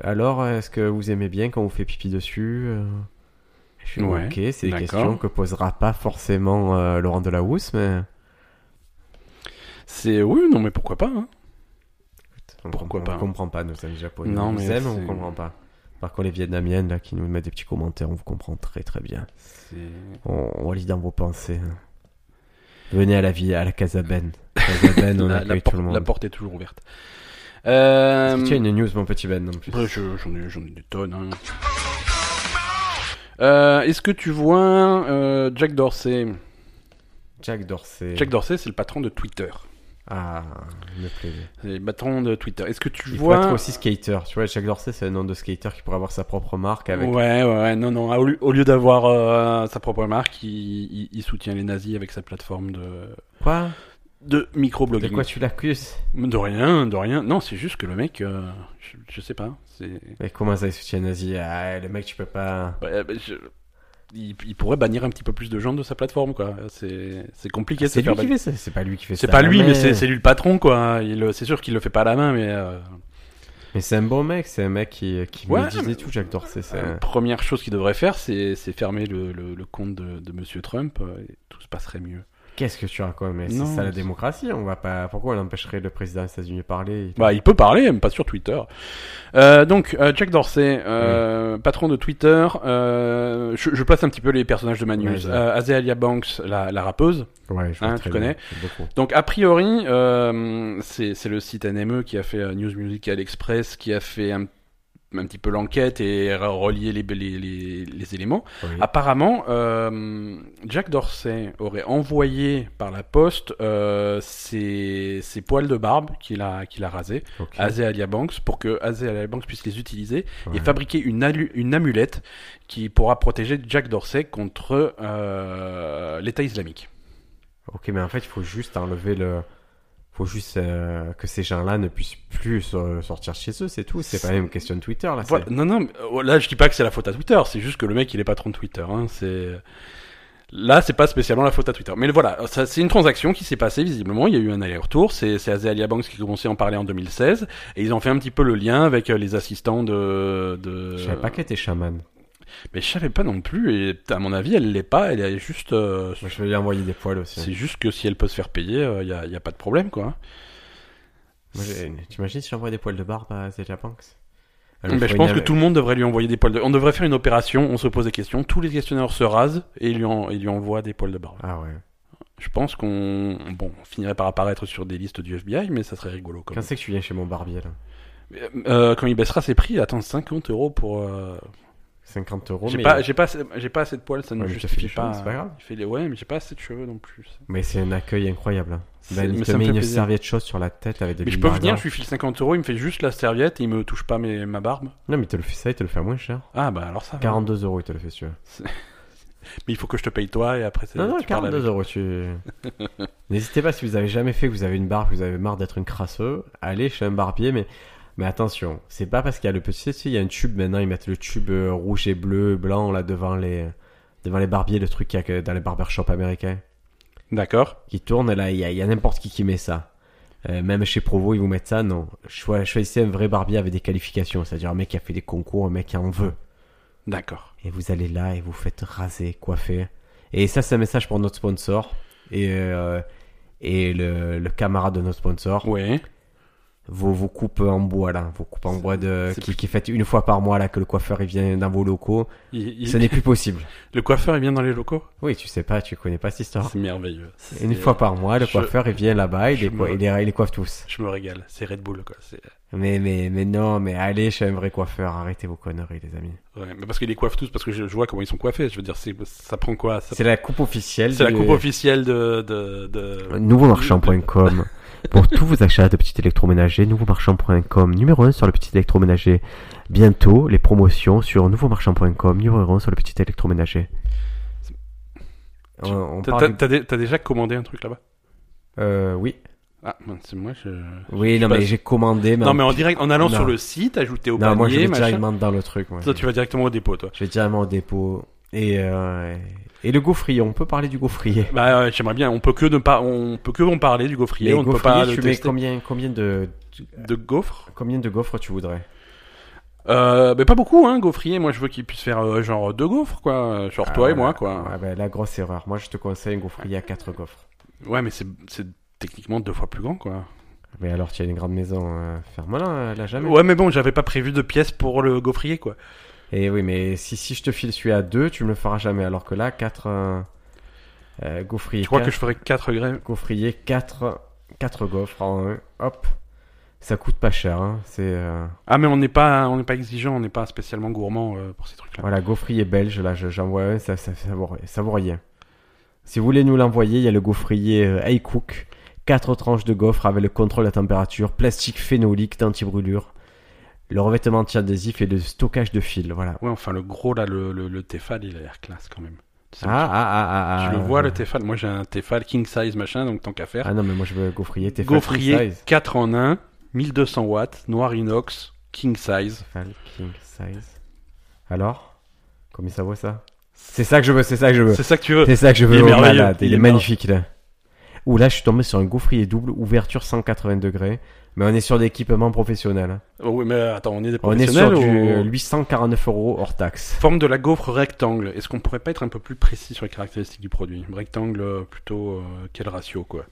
[SPEAKER 1] alors est-ce que vous aimez bien quand on fait pipi dessus Euh, Je suis
[SPEAKER 2] Ouais,
[SPEAKER 1] ok, c'est des
[SPEAKER 2] d'accord.
[SPEAKER 1] questions que posera pas forcément euh, Laurent Delahousse, mais
[SPEAKER 2] C'est, oui, non, mais pourquoi pas, hein
[SPEAKER 1] On
[SPEAKER 2] Pourquoi
[SPEAKER 1] comprend-
[SPEAKER 2] pas,
[SPEAKER 1] On comprend pas nos amis japonais.
[SPEAKER 2] Non,
[SPEAKER 1] on
[SPEAKER 2] mais
[SPEAKER 1] les aime, on
[SPEAKER 2] c'est-
[SPEAKER 1] comprend pas. Par contre, les Vietnamiennes là, qui nous mettent des petits commentaires, on vous comprend très très bien.
[SPEAKER 2] C'est-
[SPEAKER 1] On, on lit dans vos pensées. hein. Venez à la vie, à la Casa Ben. Casa Ben, on
[SPEAKER 2] la, la
[SPEAKER 1] accueille
[SPEAKER 2] por-
[SPEAKER 1] tout le
[SPEAKER 2] la
[SPEAKER 1] monde.
[SPEAKER 2] porte est toujours ouverte. Euh,
[SPEAKER 1] Est-ce que Tu as une news, mon petit Ben, non plus.
[SPEAKER 2] après, je- j'en ai, j'en ai des tonnes. hein. Euh, Est-ce que tu vois euh, Jack Dorsey
[SPEAKER 1] Jack Dorsey.
[SPEAKER 2] Jack Dorsey, c'est le patron de Twitter.
[SPEAKER 1] Ah, il me plaisait.
[SPEAKER 2] C'est le patron de Twitter. Est-ce que tu
[SPEAKER 1] Il faut
[SPEAKER 2] vois
[SPEAKER 1] être aussi skater. Tu vois, Jack Dorsey, c'est un nom de skater qui pourrait avoir sa propre marque avec.
[SPEAKER 2] Ouais, ouais, ouais, non, non. Au lieu, au lieu d'avoir euh, sa propre marque, il, il- il soutient les nazis avec sa plateforme de,
[SPEAKER 1] Quoi
[SPEAKER 2] de
[SPEAKER 1] De
[SPEAKER 2] microblogging.
[SPEAKER 1] quoi tu l'accuses
[SPEAKER 2] De rien, de rien. Non, c'est juste que le mec, euh, je, je sais pas. C'est.
[SPEAKER 1] Mais comment ça, il soutient nazi Ah, le mec, tu peux pas.
[SPEAKER 2] Ouais, bah, je- Il, il pourrait bannir un petit peu plus de gens de sa plateforme, quoi. C'est c'est compliqué. de se
[SPEAKER 1] Ah, C'est lui
[SPEAKER 2] faire
[SPEAKER 1] qui fait ça. C'est pas lui qui fait ça. hein, Ah,
[SPEAKER 2] C'est pas lui, mais c'est
[SPEAKER 1] c'est.
[SPEAKER 2] c'est lui le patron, quoi. Il- euh, C'est sûr qu'il le fait pas à la main, mais euh,
[SPEAKER 1] Mais c'est un bon mec. C'est un mec qui, euh, qui
[SPEAKER 2] Ouais,
[SPEAKER 1] médite
[SPEAKER 2] mais- Euh,
[SPEAKER 1] et tout, Jack Dorsey. c'est
[SPEAKER 2] la
[SPEAKER 1] un-
[SPEAKER 2] première chose qu'il devrait faire, c'est c'est fermer le, le- le compte de, de Monsieur Trump euh, et tout se passerait mieux.
[SPEAKER 1] Qu'est-ce que tu racontes Mais c'est
[SPEAKER 2] Non,
[SPEAKER 1] ça la
[SPEAKER 2] c'est-
[SPEAKER 1] démocratie. On va pas. Pourquoi on empêcherait le président des États-Unis de parler
[SPEAKER 2] Bah, il peut parler, même pas sur Twitter. Euh, donc, euh, Jack Dorsey, euh, patron de Twitter, euh, je, je place un petit peu les personnages de ma news.
[SPEAKER 1] Vas-y.
[SPEAKER 2] Euh, Azalea Banks, la, la rappeuse.
[SPEAKER 1] Ouais, je vois
[SPEAKER 2] Hein,
[SPEAKER 1] très
[SPEAKER 2] tu
[SPEAKER 1] bien,
[SPEAKER 2] connais
[SPEAKER 1] beaucoup.
[SPEAKER 2] Donc, a priori, euh, c'est c'est le site NME qui a fait euh, News Musical Express, qui a fait un, un petit peu l'enquête et re- relié les, les, les, les éléments.
[SPEAKER 1] Oui.
[SPEAKER 2] Apparemment, euh, Jack Dorsey aurait envoyé par la poste euh, ses, ses poils de barbe qu'il a, qu'il a rasés
[SPEAKER 1] Ok.
[SPEAKER 2] à Azalea Banks pour que Azalea Banks puisse les utiliser
[SPEAKER 1] Ouais.
[SPEAKER 2] et fabriquer une, alu- une amulette qui pourra protéger Jack Dorsey contre euh, l'État islamique.
[SPEAKER 1] Ok, mais en fait, il faut juste enlever le. Faut juste euh, que ces gens-là ne puissent plus so- sortir chez eux, c'est tout. C'est pas même question de Twitter là. c'est-
[SPEAKER 2] Voilà. Non, non, mais, euh, là je dis pas que c'est la faute à Twitter, c'est juste que le mec il est patron de Twitter. Hein, c'est... Là c'est pas spécialement la faute à Twitter. Mais voilà, ça, c'est une transaction qui s'est passée visiblement, il y a eu un aller-retour, c'est, c'est Azalea Banks qui commençait à en parler en 2016, et ils ont fait un petit peu le lien avec euh, les assistants de... de...
[SPEAKER 1] Je savais pas qu'elle était chaman. Moi,
[SPEAKER 2] Mais je savais pas non plus, et à mon avis elle l'est pas, elle est juste... euh,
[SPEAKER 1] je vais lui envoyer des poils aussi. hein.
[SPEAKER 2] C'est juste que si elle peut se faire payer, euh, il n'y a, y a pas de problème, quoi.
[SPEAKER 1] Moi, j'ai- T'imagines si j'envoie des poils de barbe à Zélia Banks
[SPEAKER 2] Ben, je pense que tout le monde devrait lui envoyer des poils de... On devrait faire une opération, on se pose des questions, tous les questionnaires se rasent et lui, en... et lui envoient des poils de barbe.
[SPEAKER 1] Ah ouais.
[SPEAKER 2] Je pense qu'on... Bon, on finirait par apparaître sur des listes du FBI, mais ça serait rigolo, quand
[SPEAKER 1] Quand c'est que tu viens chez mon barbier là
[SPEAKER 2] même. Euh, quand il baissera ses prix, attends, 50 euros pour... euh,
[SPEAKER 1] 50 euros,
[SPEAKER 2] j'ai
[SPEAKER 1] mais.
[SPEAKER 2] pas, j'ai pas, assez- j'ai pas assez de poils, ça ne
[SPEAKER 1] Ouais, mais t'as fait
[SPEAKER 2] justifie
[SPEAKER 1] les cheveux,
[SPEAKER 2] pas... euh,
[SPEAKER 1] c'est pas grave.
[SPEAKER 2] Il fait les... Ouais, mais j'ai pas assez de cheveux non plus.
[SPEAKER 1] Mais c'est un accueil incroyable. hein.
[SPEAKER 2] C'est-
[SPEAKER 1] Ben, il
[SPEAKER 2] mais
[SPEAKER 1] te
[SPEAKER 2] ça me
[SPEAKER 1] met
[SPEAKER 2] fait
[SPEAKER 1] une
[SPEAKER 2] plaisir.
[SPEAKER 1] serviette chaude sur la tête avec des
[SPEAKER 2] Mais je peux
[SPEAKER 1] billes
[SPEAKER 2] venir,
[SPEAKER 1] d'argent.
[SPEAKER 2] je lui file 50 euros, il me fait juste la serviette et il me touche pas mes... ma barbe.
[SPEAKER 1] Non, mais il te le fait ça, il te le fait à moins cher.
[SPEAKER 2] Ah bah alors ça... va.
[SPEAKER 1] 42 euros, il te le fait, si tu veux.
[SPEAKER 2] Mais il faut que je te paye toi et après... c'est-
[SPEAKER 1] Non, non,
[SPEAKER 2] tu parles avec.
[SPEAKER 1] 42 euros, tu... N'hésitez pas, si vous avez jamais fait, que vous avez une barbe, que vous avez marre d'être une crasseux, allez chez un barbier, mais... Mais attention, c'est pas parce qu'il y a le petit... Tu sais, il y a un tube, maintenant, ils mettent le tube euh, rouge et bleu, blanc, là, devant les... Devant les barbiers, le truc qu'il y a que dans les barbershops américains.
[SPEAKER 2] D'accord.
[SPEAKER 1] Qui tourne, là, il y a, il y a n'importe qui qui met ça. Euh, même chez Provo, ils vous mettent ça, non. Choi- Choisissez un vrai barbier avec des qualifications, c'est-à-dire un mec qui a fait des concours, un mec qui en veut.
[SPEAKER 2] D'accord.
[SPEAKER 1] Et vous allez là et vous faites raser, coiffer. Et ça, c'est un message pour notre sponsor et, euh, et le, le camarade de notre sponsor.
[SPEAKER 2] Oui.
[SPEAKER 1] Vos, vos coupes en bois, là. Vos coupes en bois de,
[SPEAKER 2] c'est
[SPEAKER 1] qui, qui faites une fois par mois, là, que le coiffeur, il vient dans vos locaux.
[SPEAKER 2] Il- il-
[SPEAKER 1] Ce n'est plus possible.
[SPEAKER 2] Le coiffeur, il vient dans les locaux
[SPEAKER 1] Oui, tu sais pas, tu connais pas cette histoire.
[SPEAKER 2] C'est merveilleux. C'est-
[SPEAKER 1] Une fois par mois, le
[SPEAKER 2] je-
[SPEAKER 1] coiffeur, il vient là-bas, il,
[SPEAKER 2] je
[SPEAKER 1] les coi-
[SPEAKER 2] me-
[SPEAKER 1] il, les, il les coiffe tous.
[SPEAKER 2] euh, Je me régale. C'est Red Bull, quoi. C'est-
[SPEAKER 1] Mais, mais, mais non, mais allez chez un vrai coiffeur, arrêtez vos conneries, les amis.
[SPEAKER 2] Ouais, mais parce qu'ils les coiffent tous, parce que je, je vois comment ils sont coiffés. Je veux dire, c'est- ça prend quoi Ça-
[SPEAKER 1] C'est la coupe officielle.
[SPEAKER 2] C'est la
[SPEAKER 1] du-
[SPEAKER 2] coupe officielle de. de, de-
[SPEAKER 1] Nouveaumarchand.com Pour tous vos achats de petits électroménagers, nouveaumarchand.com, numéro 1 sur le petit électroménager. Bientôt, les promotions sur nouveaumarchand.com, numéro 1 sur le petit électroménager. On, on
[SPEAKER 2] T'as-
[SPEAKER 1] parle
[SPEAKER 2] T'as
[SPEAKER 1] du-
[SPEAKER 2] t'as dé- t'as déjà commandé un truc là-bas
[SPEAKER 1] Euh, oui.
[SPEAKER 2] Ah, mince, c'est moi. Je...
[SPEAKER 1] Oui, non,
[SPEAKER 2] pas-
[SPEAKER 1] mais j'ai commandé. Mais
[SPEAKER 2] Non,
[SPEAKER 1] en-
[SPEAKER 2] mais en direct, en allant
[SPEAKER 1] Non.
[SPEAKER 2] sur le site, ajouter au
[SPEAKER 1] Non, moi, je
[SPEAKER 2] panier,
[SPEAKER 1] vais
[SPEAKER 2] machin.
[SPEAKER 1] directement dans le truc. moi.
[SPEAKER 2] Toi, tu vas directement au dépôt, toi.
[SPEAKER 1] Je vais directement au dépôt. Et, euh, et le gaufrier, on peut parler du gaufrier.
[SPEAKER 2] Bah, ouais, j'aimerais bien. On peut que ne pas, on peut que en parler du gaufrier.
[SPEAKER 1] Les
[SPEAKER 2] on ne peut
[SPEAKER 1] gaufriers,
[SPEAKER 2] pas le
[SPEAKER 1] tu mets
[SPEAKER 2] tester.
[SPEAKER 1] combien, combien, de,
[SPEAKER 2] de gaufres.
[SPEAKER 1] combien de gaufres tu voudrais
[SPEAKER 2] Euh, mais pas beaucoup, hein, gaufrier. Moi, je veux qu'il puisse faire euh, genre deux gaufres, quoi. Euh, Genre
[SPEAKER 1] Ah,
[SPEAKER 2] toi et
[SPEAKER 1] ouais,
[SPEAKER 2] moi, quoi.
[SPEAKER 1] Ah, ben, la grosse erreur. Moi, je te conseille un gaufrier à 4 gaufres.
[SPEAKER 2] Ouais, mais c'est c'est techniquement deux fois plus grand, quoi.
[SPEAKER 1] Mais alors, tu as une grande maison, euh, ferme-la, là, jamais.
[SPEAKER 2] Ah Ouais, mais bon, j'avais pas prévu de pièces pour le gaufrier, quoi.
[SPEAKER 1] Eh Et oui, mais si, si je te file celui à deux, tu me le feras jamais. Alors que là, quatre. euh, Euh, gaufrier,
[SPEAKER 2] Je crois que
[SPEAKER 1] 4,
[SPEAKER 2] je ferais 4 regrets.
[SPEAKER 1] gaufrier 4, 4 gaufres en un. Hop. Ça coûte pas cher. hein. C'est, euh,
[SPEAKER 2] Ah, mais on n'est pas, on n'est pas exigeant, on n'est pas spécialement gourmand euh, pour ces trucs-là.
[SPEAKER 1] Voilà, gaufrier belge. Là, je- j'en vois un. Ça, ça, ça, vaut, ça vaut rien. Si vous voulez nous l'envoyer, il y a le gaufrier euh, Hey Cook. 4 tranches de gaufres avec le contrôle de la température, plastique phénolique d'anti-brûlure, le revêtement anti-adhésif et le stockage de fil. Voilà.
[SPEAKER 2] Ouais, enfin, le gros, là, le, le, le Tefal, il a l'air classe quand même. Tu sais,
[SPEAKER 1] Ah, ah, ah, ah,
[SPEAKER 2] tu
[SPEAKER 1] ah.
[SPEAKER 2] le vois, le Tefal. Moi, j'ai un Tefal king size, machin, donc tant qu'à faire.
[SPEAKER 1] Ah non, mais moi je veux gaufrier, t'es
[SPEAKER 2] Gaufrier
[SPEAKER 1] King size.
[SPEAKER 2] 4 en 1, 1200 watts, noir inox, king size.
[SPEAKER 1] Tefal king size. Alors Combien ça vaut ça C'est ça que je veux, c'est ça que je veux.
[SPEAKER 2] C'est ça que tu veux.
[SPEAKER 1] C'est ça que je veux,
[SPEAKER 2] Il est
[SPEAKER 1] oh,
[SPEAKER 2] merveilleux,
[SPEAKER 1] malade,
[SPEAKER 2] il
[SPEAKER 1] il,
[SPEAKER 2] est
[SPEAKER 1] est magnifique là. Ouh, là je suis tombé sur un gaufrier double, ouverture 180 degrés. Mais on est sur l'équipement professionnel.
[SPEAKER 2] Oh, oui, mais attends, on est des
[SPEAKER 1] On est sur
[SPEAKER 2] professionnels.
[SPEAKER 1] du euh,
[SPEAKER 2] ou-
[SPEAKER 1] 849 euros hors taxe.
[SPEAKER 2] Forme de la gaufre rectangle. Est-ce qu'on pourrait pas être un peu plus précis sur les caractéristiques du produit Rectangle, euh, plutôt euh, quel ratio quoi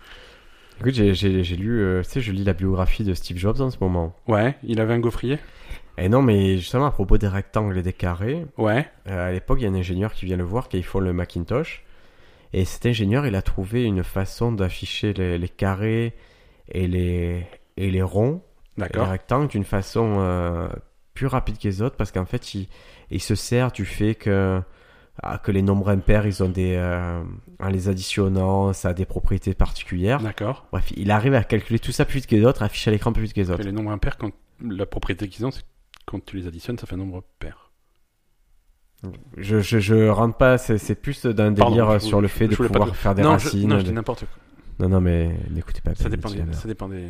[SPEAKER 1] Écoute, j'ai- j'ai j'ai lu, euh, tu sais, je lis la biographie de Steve Jobs en ce moment.
[SPEAKER 2] Ouais, il avait un gaufrier
[SPEAKER 1] Et non, mais justement, à propos des rectangles et des carrés,
[SPEAKER 2] Ouais.
[SPEAKER 1] Euh, à l'époque, il y a un ingénieur qui vient le voir, qui font le Macintosh. Et cet ingénieur, il a trouvé une façon d'afficher les, les carrés et les, et les ronds, et les
[SPEAKER 2] D'accord.
[SPEAKER 1] rectangles, d'une façon euh, plus rapide que les autres, parce qu'en fait, il, il se sert du fait que, ah, que les nombres impairs, ils ont des, euh, en les additionnant, ça a des propriétés particulières.
[SPEAKER 2] D'accord.
[SPEAKER 1] Bref, il arrive à calculer tout ça plus vite que les autres, afficher à l'écran plus vite que les
[SPEAKER 2] Et
[SPEAKER 1] autres.
[SPEAKER 2] les nombres impairs, quand... la propriété qu'ils ont, c'est que quand tu les additionnes, ça fait un nombre pair.
[SPEAKER 1] Je, je, je rentre pas, c'est c'est plus d'un
[SPEAKER 2] Pardon,
[SPEAKER 1] délire
[SPEAKER 2] je
[SPEAKER 1] sur
[SPEAKER 2] voulais-
[SPEAKER 1] le fait
[SPEAKER 2] je
[SPEAKER 1] de
[SPEAKER 2] voulais pas
[SPEAKER 1] pouvoir
[SPEAKER 2] te-
[SPEAKER 1] faire des
[SPEAKER 2] non,
[SPEAKER 1] racines.
[SPEAKER 2] je, non, je
[SPEAKER 1] de-
[SPEAKER 2] dis n'importe quoi.
[SPEAKER 1] Non, non, mais n'écoutez pas.
[SPEAKER 2] Ça
[SPEAKER 1] Ben
[SPEAKER 2] dépend, des-
[SPEAKER 1] Mitchell.
[SPEAKER 2] ça dépend des.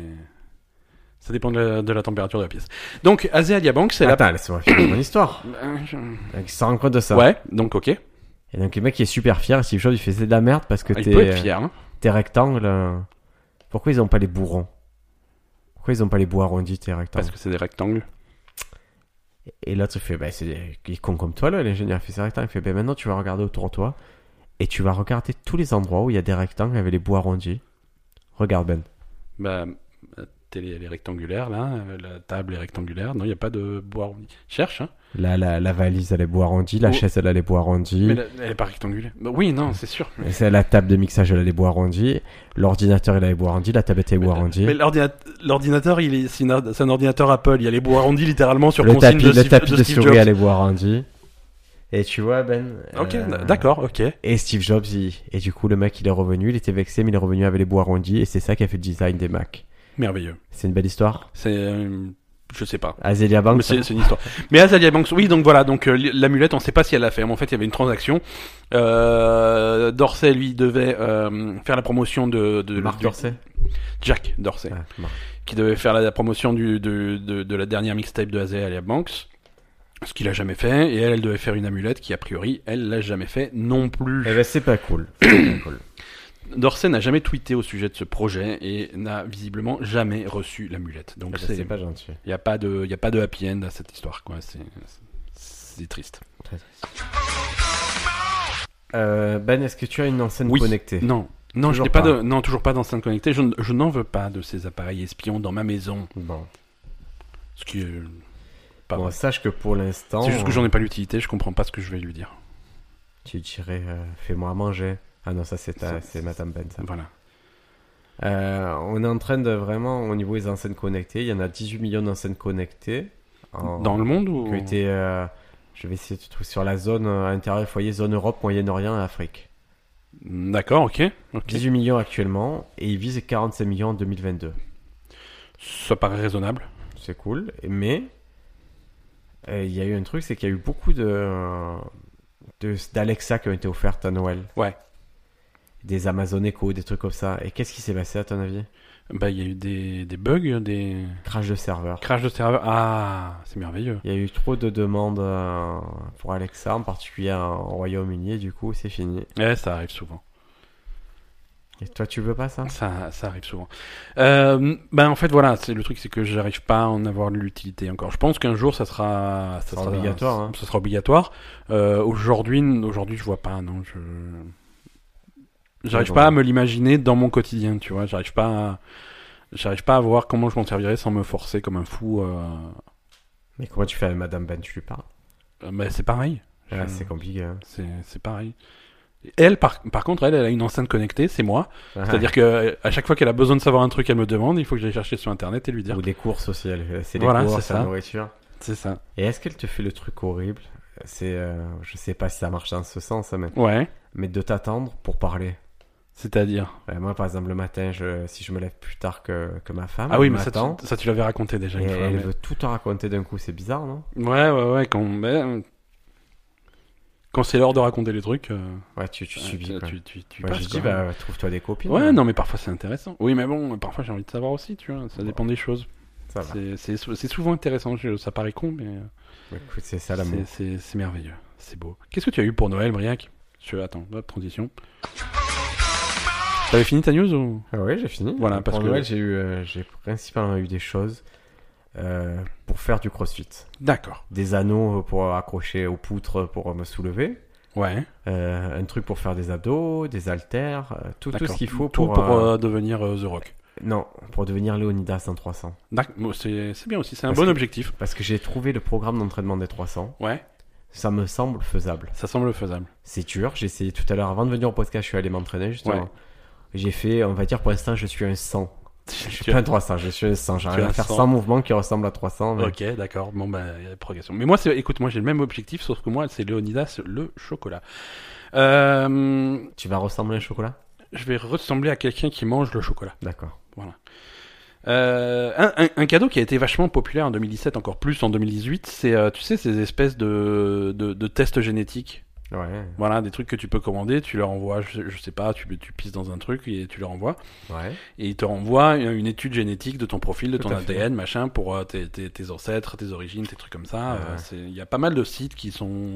[SPEAKER 2] Ça dépend de la, de la température de la pièce. Donc, Azéalia Bank, c'est la.
[SPEAKER 1] Attends, laisse-moi finir mon histoire.
[SPEAKER 2] Ben, je-
[SPEAKER 1] Donc, il se rend compte de ça.
[SPEAKER 2] Ouais, donc ok.
[SPEAKER 1] Et donc, le mec, il est super fier. Steve Jobs, il fait c'est de la merde parce que
[SPEAKER 2] Ah, il peut
[SPEAKER 1] tes, euh,
[SPEAKER 2] être fier. hein.
[SPEAKER 1] tes rectangles. euh, Pourquoi ils ont pas les bourrons Pourquoi ils ont pas les bouts arrondis, tes rectangles
[SPEAKER 2] Parce que c'est des rectangles.
[SPEAKER 1] Et l'autre, il fait bah, c'est... Il est con comme toi, là. L'ingénieur il fait ses rectangles. Il fait ben maintenant, tu vas regarder autour de toi. Et tu vas regarder tous les endroits où il y a des rectangles avec les bouts arrondis. Regarde, Ben.
[SPEAKER 2] Bah, la télé, elle est rectangulaire, là. euh, La table est rectangulaire. Non, il n'y a pas de bois arrondi. Cherche, hein.
[SPEAKER 1] Là, la, la valise, elle est bout arrondi. La
[SPEAKER 2] Oh.
[SPEAKER 1] chaise, elle a les bouts arrondis.
[SPEAKER 2] Mais la- elle n'est pas rectangulaire. Bah oui, non, c'est sûr.
[SPEAKER 1] Et C'est la table de mixage, elle a les bois arrondis. L'ordinateur, il a les bois arrondis. La tablette, elle a les bois arrondis.
[SPEAKER 2] Mais l'ordinate- l'ordinateur, il est, c'est une- c'est un ordinateur Apple. Il y a les bouts arrondis littéralement sur
[SPEAKER 1] Le
[SPEAKER 2] consigne
[SPEAKER 1] tapis,
[SPEAKER 2] de,
[SPEAKER 1] le
[SPEAKER 2] Steve-
[SPEAKER 1] tapis de,
[SPEAKER 2] de Steve
[SPEAKER 1] souris,
[SPEAKER 2] Jobs.
[SPEAKER 1] elle est bois arrondis. Et tu vois, Ben.
[SPEAKER 2] Ok,
[SPEAKER 1] euh,
[SPEAKER 2] d'accord, ok.
[SPEAKER 1] Et Steve Jobs, il- et du coup, le mec, il est revenu. Il était vexé, mais il est revenu avec les bois arrondis. Et c'est ça qui a fait le design des Mac.
[SPEAKER 2] Merveilleux.
[SPEAKER 1] C'est une belle histoire.
[SPEAKER 2] C'est, euh, je sais pas.
[SPEAKER 1] Azélia
[SPEAKER 2] Mais
[SPEAKER 1] Banks.
[SPEAKER 2] c'est c'est une histoire. Mais Azalea Banks, oui, donc voilà, donc euh, l'amulette, on sait pas si elle l'a fait. Mais en fait, il y avait une transaction. Euh, Dorsey, lui, devait euh, faire la promotion de, de
[SPEAKER 1] Marc
[SPEAKER 2] du-
[SPEAKER 1] Dorsey.
[SPEAKER 2] Jack Dorsey,
[SPEAKER 1] Ah, Marc.
[SPEAKER 2] qui devait faire la, la promotion du, de, de, de la dernière mixtape de Azalea Banks. Ce qu'il a jamais fait, et elle, elle devait faire une amulette qui, a priori, elle l'a jamais fait non plus.
[SPEAKER 1] Eh ben, c'est pas cool. C'est pas cool. Eh
[SPEAKER 2] Dorsey n'a jamais tweeté au sujet de ce projet et n'a visiblement jamais reçu l'amulette.
[SPEAKER 1] Eh
[SPEAKER 2] Donc
[SPEAKER 1] ben,
[SPEAKER 2] c'est-
[SPEAKER 1] C'est pas gentil.
[SPEAKER 2] il n'y a pas de, il y a pas de happy end à cette histoire quoi. C'est, c'est triste.
[SPEAKER 1] Euh, ben, est-ce que tu as une enceinte
[SPEAKER 2] Oui.
[SPEAKER 1] connectée
[SPEAKER 2] Non, non, je
[SPEAKER 1] Toujours
[SPEAKER 2] n'ai pas,
[SPEAKER 1] pas.
[SPEAKER 2] de, non toujours pas d'enceinte connectée. Je, n- je n'en veux pas de ces appareils espions dans ma maison.
[SPEAKER 1] Bon.
[SPEAKER 2] Ce qui, est- pas
[SPEAKER 1] Bon,
[SPEAKER 2] vrai.
[SPEAKER 1] sache que pour l'instant.
[SPEAKER 2] c'est juste que j'en ai pas l'utilité. Je comprends pas ce que je vais lui dire.
[SPEAKER 1] Tu dirais, euh, fais-moi à manger. Ah non, ça c'est ta-
[SPEAKER 2] Ça,
[SPEAKER 1] c'est Madame Ben. ça.
[SPEAKER 2] Voilà.
[SPEAKER 1] Euh, on est en train de vraiment, au niveau des enceintes connectées, il y en a 18 millions d'enceintes connectées. en-
[SPEAKER 2] Dans le monde ou
[SPEAKER 1] qui ont été, euh, je vais essayer de trouver sur la zone euh, intérieure foyer, zone Europe, Moyen-Orient et Afrique.
[SPEAKER 2] D'accord, ok, ok.
[SPEAKER 1] 18 millions actuellement et ils visent 45 millions en 2022.
[SPEAKER 2] Ça paraît raisonnable.
[SPEAKER 1] C'est cool, mais euh, il y a eu un truc, c'est qu'il y a eu beaucoup de de- d'Alexa qui ont été offertes à Noël.
[SPEAKER 2] Ouais.
[SPEAKER 1] Des Amazon Echo, des trucs comme ça. Et qu'est-ce qui s'est passé à ton avis
[SPEAKER 2] Bah il y a eu des, des bugs, des
[SPEAKER 1] Crash de serveur.
[SPEAKER 2] crashs de serveur. Ah, c'est merveilleux.
[SPEAKER 1] Il y a eu trop de demandes euh, pour Alexa, en particulier en Royaume-Uni, et du coup, c'est fini.
[SPEAKER 2] Ouais, Eh, ça arrive souvent.
[SPEAKER 1] Et toi, tu veux pas ça
[SPEAKER 2] Ça, ça arrive souvent. Euh, ben en fait voilà, c'est le truc, c'est que j'arrive pas à en avoir l'utilité encore. Je pense qu'un jour ça sera, ça
[SPEAKER 1] Ça sera obligatoire, hein.
[SPEAKER 2] Ça sera obligatoire. Euh, aujourd'hui, n- aujourd'hui je vois pas, non, je. J'arrive
[SPEAKER 1] Ouais,
[SPEAKER 2] pas
[SPEAKER 1] bon.
[SPEAKER 2] à me l'imaginer dans mon quotidien, tu vois. J'arrive pas, à... j'arrive pas à voir comment je m'en servirais sans me forcer comme un fou. Euh...
[SPEAKER 1] Mais comment tu fais avec Madame Ben Tu lui parles
[SPEAKER 2] Mais c'est pareil.
[SPEAKER 1] Ah,
[SPEAKER 2] Je-
[SPEAKER 1] C'est compliqué. hein.
[SPEAKER 2] c'est, c'est pareil. Elle, par, par contre, elle, elle a une enceinte connectée, c'est moi. C'est-à-dire que euh, à chaque fois qu'elle a besoin de savoir un truc, elle me demande, il faut que j'aille chercher sur internet et lui dire.
[SPEAKER 1] Ah, Ou des courses aussi, elle fait- c'est des
[SPEAKER 2] Voilà,
[SPEAKER 1] courses,
[SPEAKER 2] c'est
[SPEAKER 1] la
[SPEAKER 2] ça.
[SPEAKER 1] nourriture.
[SPEAKER 2] C'est ça.
[SPEAKER 1] Et est-ce qu'elle te fait le truc horrible C'est, euh, je sais pas si ça marche dans ce sens, hein, mais,
[SPEAKER 2] Ouais.
[SPEAKER 1] mais de t'attendre pour parler.
[SPEAKER 2] C'est-à-dire.
[SPEAKER 1] Ouais, moi, par exemple, le matin, je, si je me lève plus tard que, que ma femme,
[SPEAKER 2] Ah oui,
[SPEAKER 1] elle
[SPEAKER 2] mais ça,
[SPEAKER 1] m'attend,
[SPEAKER 2] tu, ça, tu l'avais raconté déjà
[SPEAKER 1] et
[SPEAKER 2] une fois.
[SPEAKER 1] elle
[SPEAKER 2] mais-
[SPEAKER 1] veut tout te raconter d'un coup, c'est bizarre, non
[SPEAKER 2] Ouais, ouais, ouais. Quand, ben, quand c'est l'heure de raconter les trucs, euh,
[SPEAKER 1] Ouais, tu, tu
[SPEAKER 2] tu,
[SPEAKER 1] subis. quoi.
[SPEAKER 2] tu, tu, tu
[SPEAKER 1] Moi,
[SPEAKER 2] passes,
[SPEAKER 1] je dis,
[SPEAKER 2] quoi.
[SPEAKER 1] bah, trouve-toi des copines.
[SPEAKER 2] Ouais, non, mais parfois c'est intéressant. Oui, mais bon, parfois j'ai envie de savoir aussi, tu vois. Ça dépend des choses.
[SPEAKER 1] Ça va.
[SPEAKER 2] C'est- C'est sou- c'est souvent intéressant. je- Ça paraît con, mais euh,
[SPEAKER 1] Écoute, c'est ça
[SPEAKER 2] c'est-
[SPEAKER 1] l'amour.
[SPEAKER 2] c'est c'est merveilleux. C'est beau. Qu'est-ce que tu as eu pour Noël, Briac Je- Attends, hop, transition. T'avais fini ta news ou
[SPEAKER 1] Ah oui, j'ai fini.
[SPEAKER 2] Voilà,
[SPEAKER 1] Pour
[SPEAKER 2] parce que-
[SPEAKER 1] Noël, j'ai eu, euh, j'ai principalement eu des choses euh, pour faire du crossfit.
[SPEAKER 2] D'accord.
[SPEAKER 1] Des anneaux pour accrocher aux poutres pour me soulever.
[SPEAKER 2] Ouais.
[SPEAKER 1] euh, un truc pour faire des abdos, des haltères, euh, tout, tout
[SPEAKER 2] d'accord.
[SPEAKER 1] ce qu'il faut
[SPEAKER 2] Tout
[SPEAKER 1] pour, euh,
[SPEAKER 2] euh, devenir euh, The Rock.
[SPEAKER 1] non, pour devenir Léonidas en 300.
[SPEAKER 2] D'ac- bon, C'est c'est bien aussi. C'est un
[SPEAKER 1] Parce
[SPEAKER 2] bon
[SPEAKER 1] que-
[SPEAKER 2] objectif.
[SPEAKER 1] Parce que j'ai trouvé le programme d'entraînement des 300.
[SPEAKER 2] Ouais.
[SPEAKER 1] Ça me semble faisable.
[SPEAKER 2] Ça semble faisable.
[SPEAKER 1] C'est dur. J'ai essayé tout à l'heure avant de venir au podcast, je suis allé m'entraîner justement.
[SPEAKER 2] Ouais.
[SPEAKER 1] J'ai fait, on va dire pour l'instant, je suis un 100. Je suis
[SPEAKER 2] Tu
[SPEAKER 1] pas
[SPEAKER 2] as-
[SPEAKER 1] un 300, je suis un 100.
[SPEAKER 2] Tu
[SPEAKER 1] J'arrive
[SPEAKER 2] as
[SPEAKER 1] à
[SPEAKER 2] un
[SPEAKER 1] faire
[SPEAKER 2] 100.
[SPEAKER 1] 100 mouvements qui ressemblent à 300. mais-
[SPEAKER 2] Ok, d'accord. Bon, bah, y a progression. Mais moi, c'est, écoute, moi, j'ai le même objectif, sauf que moi, c'est Leonidas le chocolat. Euh,
[SPEAKER 1] Tu vas ressembler à un chocolat
[SPEAKER 2] je vais ressembler à quelqu'un qui mange le chocolat.
[SPEAKER 1] D'accord.
[SPEAKER 2] Euh, un, un- un cadeau qui a été vachement populaire en 2017, encore plus en 2018, c'est, euh, tu sais, ces espèces de, de, de tests génétiques.
[SPEAKER 1] Ouais,
[SPEAKER 2] Voilà, des trucs que tu peux commander, tu leur envoies, je, je sais pas, tu, tu pisses dans un truc et tu leur envoies.
[SPEAKER 1] ouais.
[SPEAKER 2] Et ils te renvoient une, une étude génétique de ton profil, de
[SPEAKER 1] Tout
[SPEAKER 2] ton
[SPEAKER 1] à fait.
[SPEAKER 2] ADN, machin, pour euh, tes, tes- tes ancêtres, tes origines, tes trucs comme ça.
[SPEAKER 1] Ouais.
[SPEAKER 2] Euh, c'est- Il y a pas mal de sites qui sont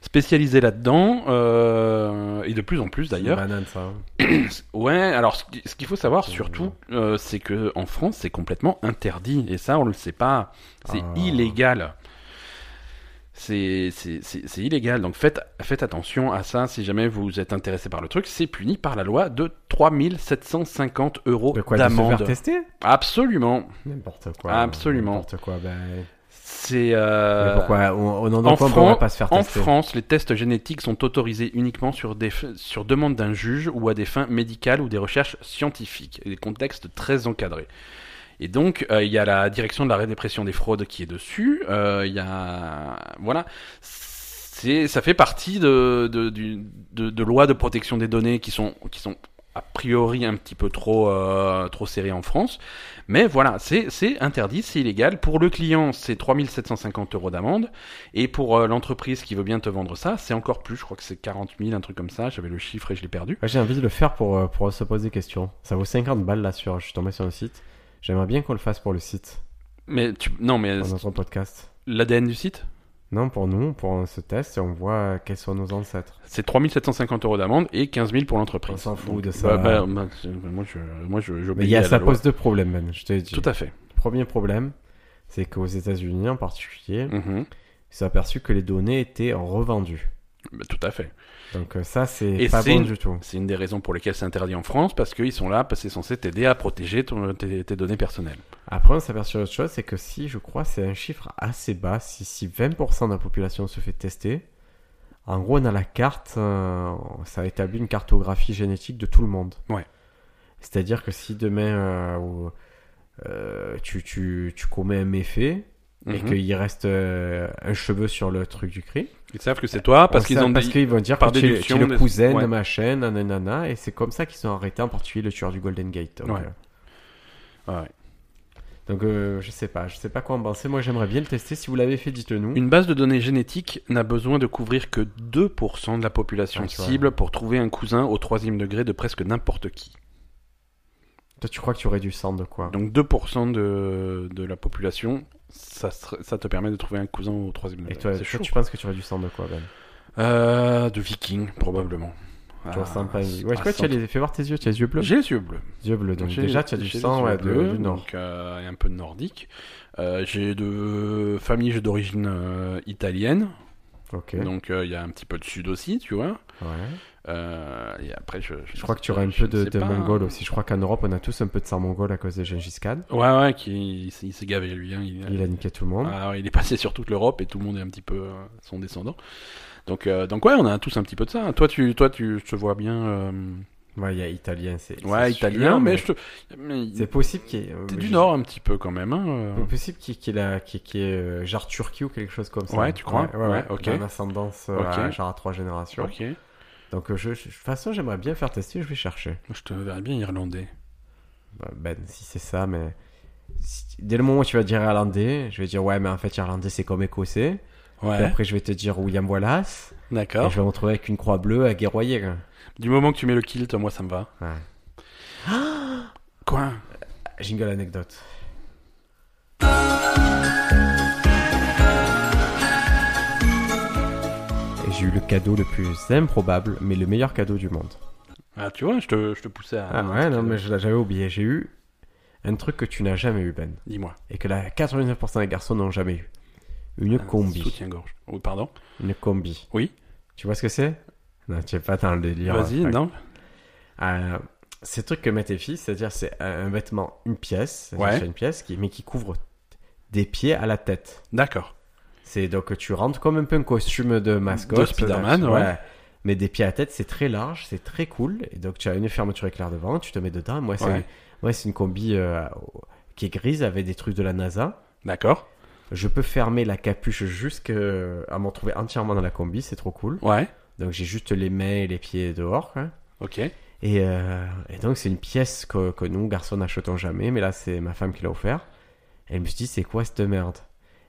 [SPEAKER 2] spécialisés là-dedans, euh, et de plus en plus
[SPEAKER 1] Une
[SPEAKER 2] d'ailleurs.
[SPEAKER 1] banane, ça. hein.
[SPEAKER 2] Ouais, alors ce qui- ce qu'il faut savoir surtout, euh, c'est que en France, c'est complètement interdit, et ça, on le sait pas. C'est
[SPEAKER 1] Ah.
[SPEAKER 2] illégal. C'est c'est- c'est- c'est illégal, donc faites, faites attention à ça si jamais vous êtes intéressé par le truc. C'est puni par la loi de 3750 euros
[SPEAKER 1] De quoi de se faire
[SPEAKER 2] d'amende.
[SPEAKER 1] tester
[SPEAKER 2] Absolument.
[SPEAKER 1] N'importe quoi.
[SPEAKER 2] Absolument.
[SPEAKER 1] N'importe quoi. Ben...
[SPEAKER 2] C'est euh,
[SPEAKER 1] Mais pourquoi on, on en
[SPEAKER 2] en
[SPEAKER 1] entend
[SPEAKER 2] Fran-
[SPEAKER 1] pourrait pas se faire
[SPEAKER 2] en
[SPEAKER 1] tester
[SPEAKER 2] France, les tests génétiques sont autorisés uniquement sur, des f- sur demande d'un juge ou à des fins médicales ou des recherches scientifiques, et des contextes très encadrés. Et donc, euh, il y a la direction de la répression des fraudes qui est dessus. euh, Il y a. Voilà. C'est, ça fait partie de, de, du- de, de lois de protection des données qui sont, qui sont a priori un petit peu trop, euh, trop serrées en France. Mais voilà, c'est, c'est interdit, c'est illégal. Pour le client, c'est 3750 euros d'amende. Et pour euh, l'entreprise qui veut bien te vendre ça, c'est encore plus. Je crois que c'est 40 000, un truc comme ça. J'avais le chiffre et je l'ai perdu.
[SPEAKER 1] Ouais, J'ai envie de le faire pour, euh, pour se poser des questions. Ça vaut 50 balles là sur. Je suis tombé sur le site. J'aimerais bien qu'on le fasse pour le site,
[SPEAKER 2] Mais tu... non, mais
[SPEAKER 1] pour notre podcast.
[SPEAKER 2] l'ADN du site,
[SPEAKER 1] Non, pour nous, pour ce test, et on voit euh, quels sont nos ancêtres.
[SPEAKER 2] c'est 3750 euros d'amende et 15 000 pour l'entreprise.
[SPEAKER 1] On s'en fout
[SPEAKER 2] Donc,
[SPEAKER 1] de ça.
[SPEAKER 2] bah, bah, bah, c'est- bah, moi, je, moi, je,
[SPEAKER 1] Mais
[SPEAKER 2] j'obéis
[SPEAKER 1] il y
[SPEAKER 2] à
[SPEAKER 1] a,
[SPEAKER 2] la
[SPEAKER 1] ça
[SPEAKER 2] loi.
[SPEAKER 1] pose deux problèmes, Ben. Je te dis.
[SPEAKER 2] Tout à fait.
[SPEAKER 1] Le premier problème, c'est qu'aux États-Unis en particulier,
[SPEAKER 2] Mhm.
[SPEAKER 1] ils se sont aperçus que les données étaient revendues.
[SPEAKER 2] Bah, tout à fait.
[SPEAKER 1] Donc euh, ça, c'est
[SPEAKER 2] Et
[SPEAKER 1] pas
[SPEAKER 2] c'est
[SPEAKER 1] bon
[SPEAKER 2] une-
[SPEAKER 1] du tout.
[SPEAKER 2] C'est une des raisons pour lesquelles c'est interdit en France parce qu'ils sont là, parce que c'est censé t'aider à protéger ton- tes, tes données personnelles.
[SPEAKER 1] Après, on s'aperçoit sur autre chose, c'est que si, je crois, c'est un chiffre assez bas, si, si 20% de la population se fait tester, en gros, on a la carte, euh, ça établit une cartographie génétique de tout le monde.
[SPEAKER 2] Ouais.
[SPEAKER 1] C'est-à-dire que si demain euh, ou- euh, tu, tu, tu commets un méfait et
[SPEAKER 2] Mhm.
[SPEAKER 1] qu'il reste euh, un cheveu sur le truc du cri,
[SPEAKER 2] Ils savent que c'est toi Ah, parce
[SPEAKER 1] on
[SPEAKER 2] qu'ils
[SPEAKER 1] sait-
[SPEAKER 2] ont
[SPEAKER 1] parce
[SPEAKER 2] dit-
[SPEAKER 1] qu'ils vont dire
[SPEAKER 2] par
[SPEAKER 1] que tu es- tu es,
[SPEAKER 2] déduction,
[SPEAKER 1] le
[SPEAKER 2] des-
[SPEAKER 1] cousin de
[SPEAKER 2] ouais.
[SPEAKER 1] machin, nanana, et c'est comme ça qu'ils sont arrêtés, en particulier le tueur du Golden Gate. Donc,
[SPEAKER 2] Ouais.
[SPEAKER 1] euh,
[SPEAKER 2] Ouais, ouais.
[SPEAKER 1] donc euh, je sais pas, je sais pas quoi en penser. Moi j'aimerais bien le tester. Si vous l'avez fait, dites-le nous.
[SPEAKER 2] Une base de données génétique n'a besoin de couvrir que 2% de la population
[SPEAKER 1] Ah, tu vois.
[SPEAKER 2] cible pour trouver un cousin au troisième degré de presque n'importe qui.
[SPEAKER 1] Toi tu crois que tu aurais du sang de quoi
[SPEAKER 2] Donc 2% de, de la population, ça, se- ça te permet de trouver un cousin au troisième degré.
[SPEAKER 1] Et toi,
[SPEAKER 2] euh, C'est
[SPEAKER 1] toi,
[SPEAKER 2] chaud.
[SPEAKER 1] tu penses que tu aurais du sang de quoi Ben
[SPEAKER 2] Euh, De viking, probablement.
[SPEAKER 1] Tu
[SPEAKER 2] Ah,
[SPEAKER 1] vois, sympa.
[SPEAKER 2] à-
[SPEAKER 1] Ouais, je crois
[SPEAKER 2] à
[SPEAKER 1] que tu as
[SPEAKER 2] cent-
[SPEAKER 1] les... Fais voir tes yeux, tu as les yeux bleus.
[SPEAKER 2] J'ai les yeux bleus.
[SPEAKER 1] Yeux bleus, donc
[SPEAKER 2] J'ai-
[SPEAKER 1] déjà tu as du
[SPEAKER 2] j'ai les
[SPEAKER 1] sang
[SPEAKER 2] yeux
[SPEAKER 1] ouais,
[SPEAKER 2] bleus,
[SPEAKER 1] de, du nord.
[SPEAKER 2] donc, euh, et un peu de nordique. Euh, j'ai de famille d'origine euh, italienne,
[SPEAKER 1] Ok.
[SPEAKER 2] donc euh, il y a un petit peu de sud aussi, tu vois.
[SPEAKER 1] Ouais.
[SPEAKER 2] Euh, et après, je, hein.
[SPEAKER 1] Je crois que tu aurais un peu de, de mongol aussi. Je crois qu'en Europe on a tous un peu de sang mongol à cause de Gengis Khan.
[SPEAKER 2] Ouais, ouais, qui, il s'est- il s'est gavé lui. hein, il,
[SPEAKER 1] Il a niqué tout le monde.
[SPEAKER 2] Ah ouais, il est passé sur toute l'Europe et tout le monde est un petit peu euh, son euh, descendant. Donc, euh, donc ouais, on a tous un petit peu de ça. Toi, tu, toi, tu, je te vois bien. euh,
[SPEAKER 1] Ouais, il y a italien, c'est.
[SPEAKER 2] ouais,
[SPEAKER 1] c'est sûr,
[SPEAKER 2] italien, mais, je te. mais
[SPEAKER 1] C'est possible qu'il y ait.
[SPEAKER 2] T'es
[SPEAKER 1] euh,
[SPEAKER 2] du
[SPEAKER 1] je-
[SPEAKER 2] Nord un petit peu quand même. hein, euh.
[SPEAKER 1] C'est possible qu'il qu'il a- qu'il- qu'il y ait euh, genre Turquie ou quelque chose comme ça.
[SPEAKER 2] Ouais, tu crois
[SPEAKER 1] Ouais, ouais,
[SPEAKER 2] Ouais, ok.
[SPEAKER 1] ok. Une ascendance euh, à
[SPEAKER 2] Ok.
[SPEAKER 1] genre à trois générations.
[SPEAKER 2] Ok.
[SPEAKER 1] Donc, euh, je, je- de toute façon, j'aimerais bien faire tester, je vais chercher.
[SPEAKER 2] Moi, je te verrais bien irlandais.
[SPEAKER 1] Bah, Ben, si c'est ça, mais. si- Dès le moment où tu vas dire irlandais, je vais dire ouais, mais en fait, irlandais, c'est comme écossais. Puis
[SPEAKER 2] Ouais.
[SPEAKER 1] après, je vais te dire William Wallace. Et
[SPEAKER 2] D'accord.
[SPEAKER 1] je vais me retrouver avec une croix bleue à guerroyer. quoi.
[SPEAKER 2] Du moment que tu mets le kilt, moi, ça me va.
[SPEAKER 1] Ouais.
[SPEAKER 2] Quoi
[SPEAKER 1] Jingle anecdote. Et j'ai eu le cadeau le plus improbable, mais le meilleur cadeau du monde.
[SPEAKER 2] Ah, tu vois, je te, je te poussais à. euh,
[SPEAKER 1] Ah, ouais, non, mais je l'ai- j'avais oublié. J'ai eu un truc que tu n'as jamais eu, Ben,
[SPEAKER 2] Dis-moi.
[SPEAKER 1] et que la 89% des garçons n'ont jamais eu. Une
[SPEAKER 2] Un
[SPEAKER 1] combi.
[SPEAKER 2] Soutien-gorge. Oh, pardon.
[SPEAKER 1] Une combi.
[SPEAKER 2] Ah, Oui.
[SPEAKER 1] Tu vois ce que c'est Non, tu sais pas dans le délire.
[SPEAKER 2] Vas-y,
[SPEAKER 1] Fuck.
[SPEAKER 2] non
[SPEAKER 1] Euh, ces trucs que mettent les filles, c'est-à-dire c'est euh, un un vêtement, une pièce, c'est-à-dire
[SPEAKER 2] Ouais.
[SPEAKER 1] c'est une pièce qui, mais qui couvre des pieds à la tête.
[SPEAKER 2] D'accord.
[SPEAKER 1] C'est donc tu rentres comme un peu un costume de mascotte.
[SPEAKER 2] De Spider-Man,
[SPEAKER 1] là, tu-
[SPEAKER 2] ouais.
[SPEAKER 1] Mais des pieds à tête, c'est très large, c'est très cool. Et donc tu as une fermeture éclair devant, tu te mets dedans. Moi, c'est
[SPEAKER 2] Ouais.
[SPEAKER 1] moi, c'est une combi euh, qui est grise avec des trucs de la NASA.
[SPEAKER 2] D'accord.
[SPEAKER 1] Je peux fermer la capuche euh, jusqu'à me retrouver entièrement dans la combi, c'est trop cool.
[SPEAKER 2] Ouais.
[SPEAKER 1] Donc j'ai juste les mains et les pieds dehors. quoi.
[SPEAKER 2] Ok.
[SPEAKER 1] Et, euh, et donc, c'est une pièce que, que nous, garçons, n'achetons jamais. Mais là, c'est ma femme qui l'a offert. Et je me suis dit, c'est quoi cette merde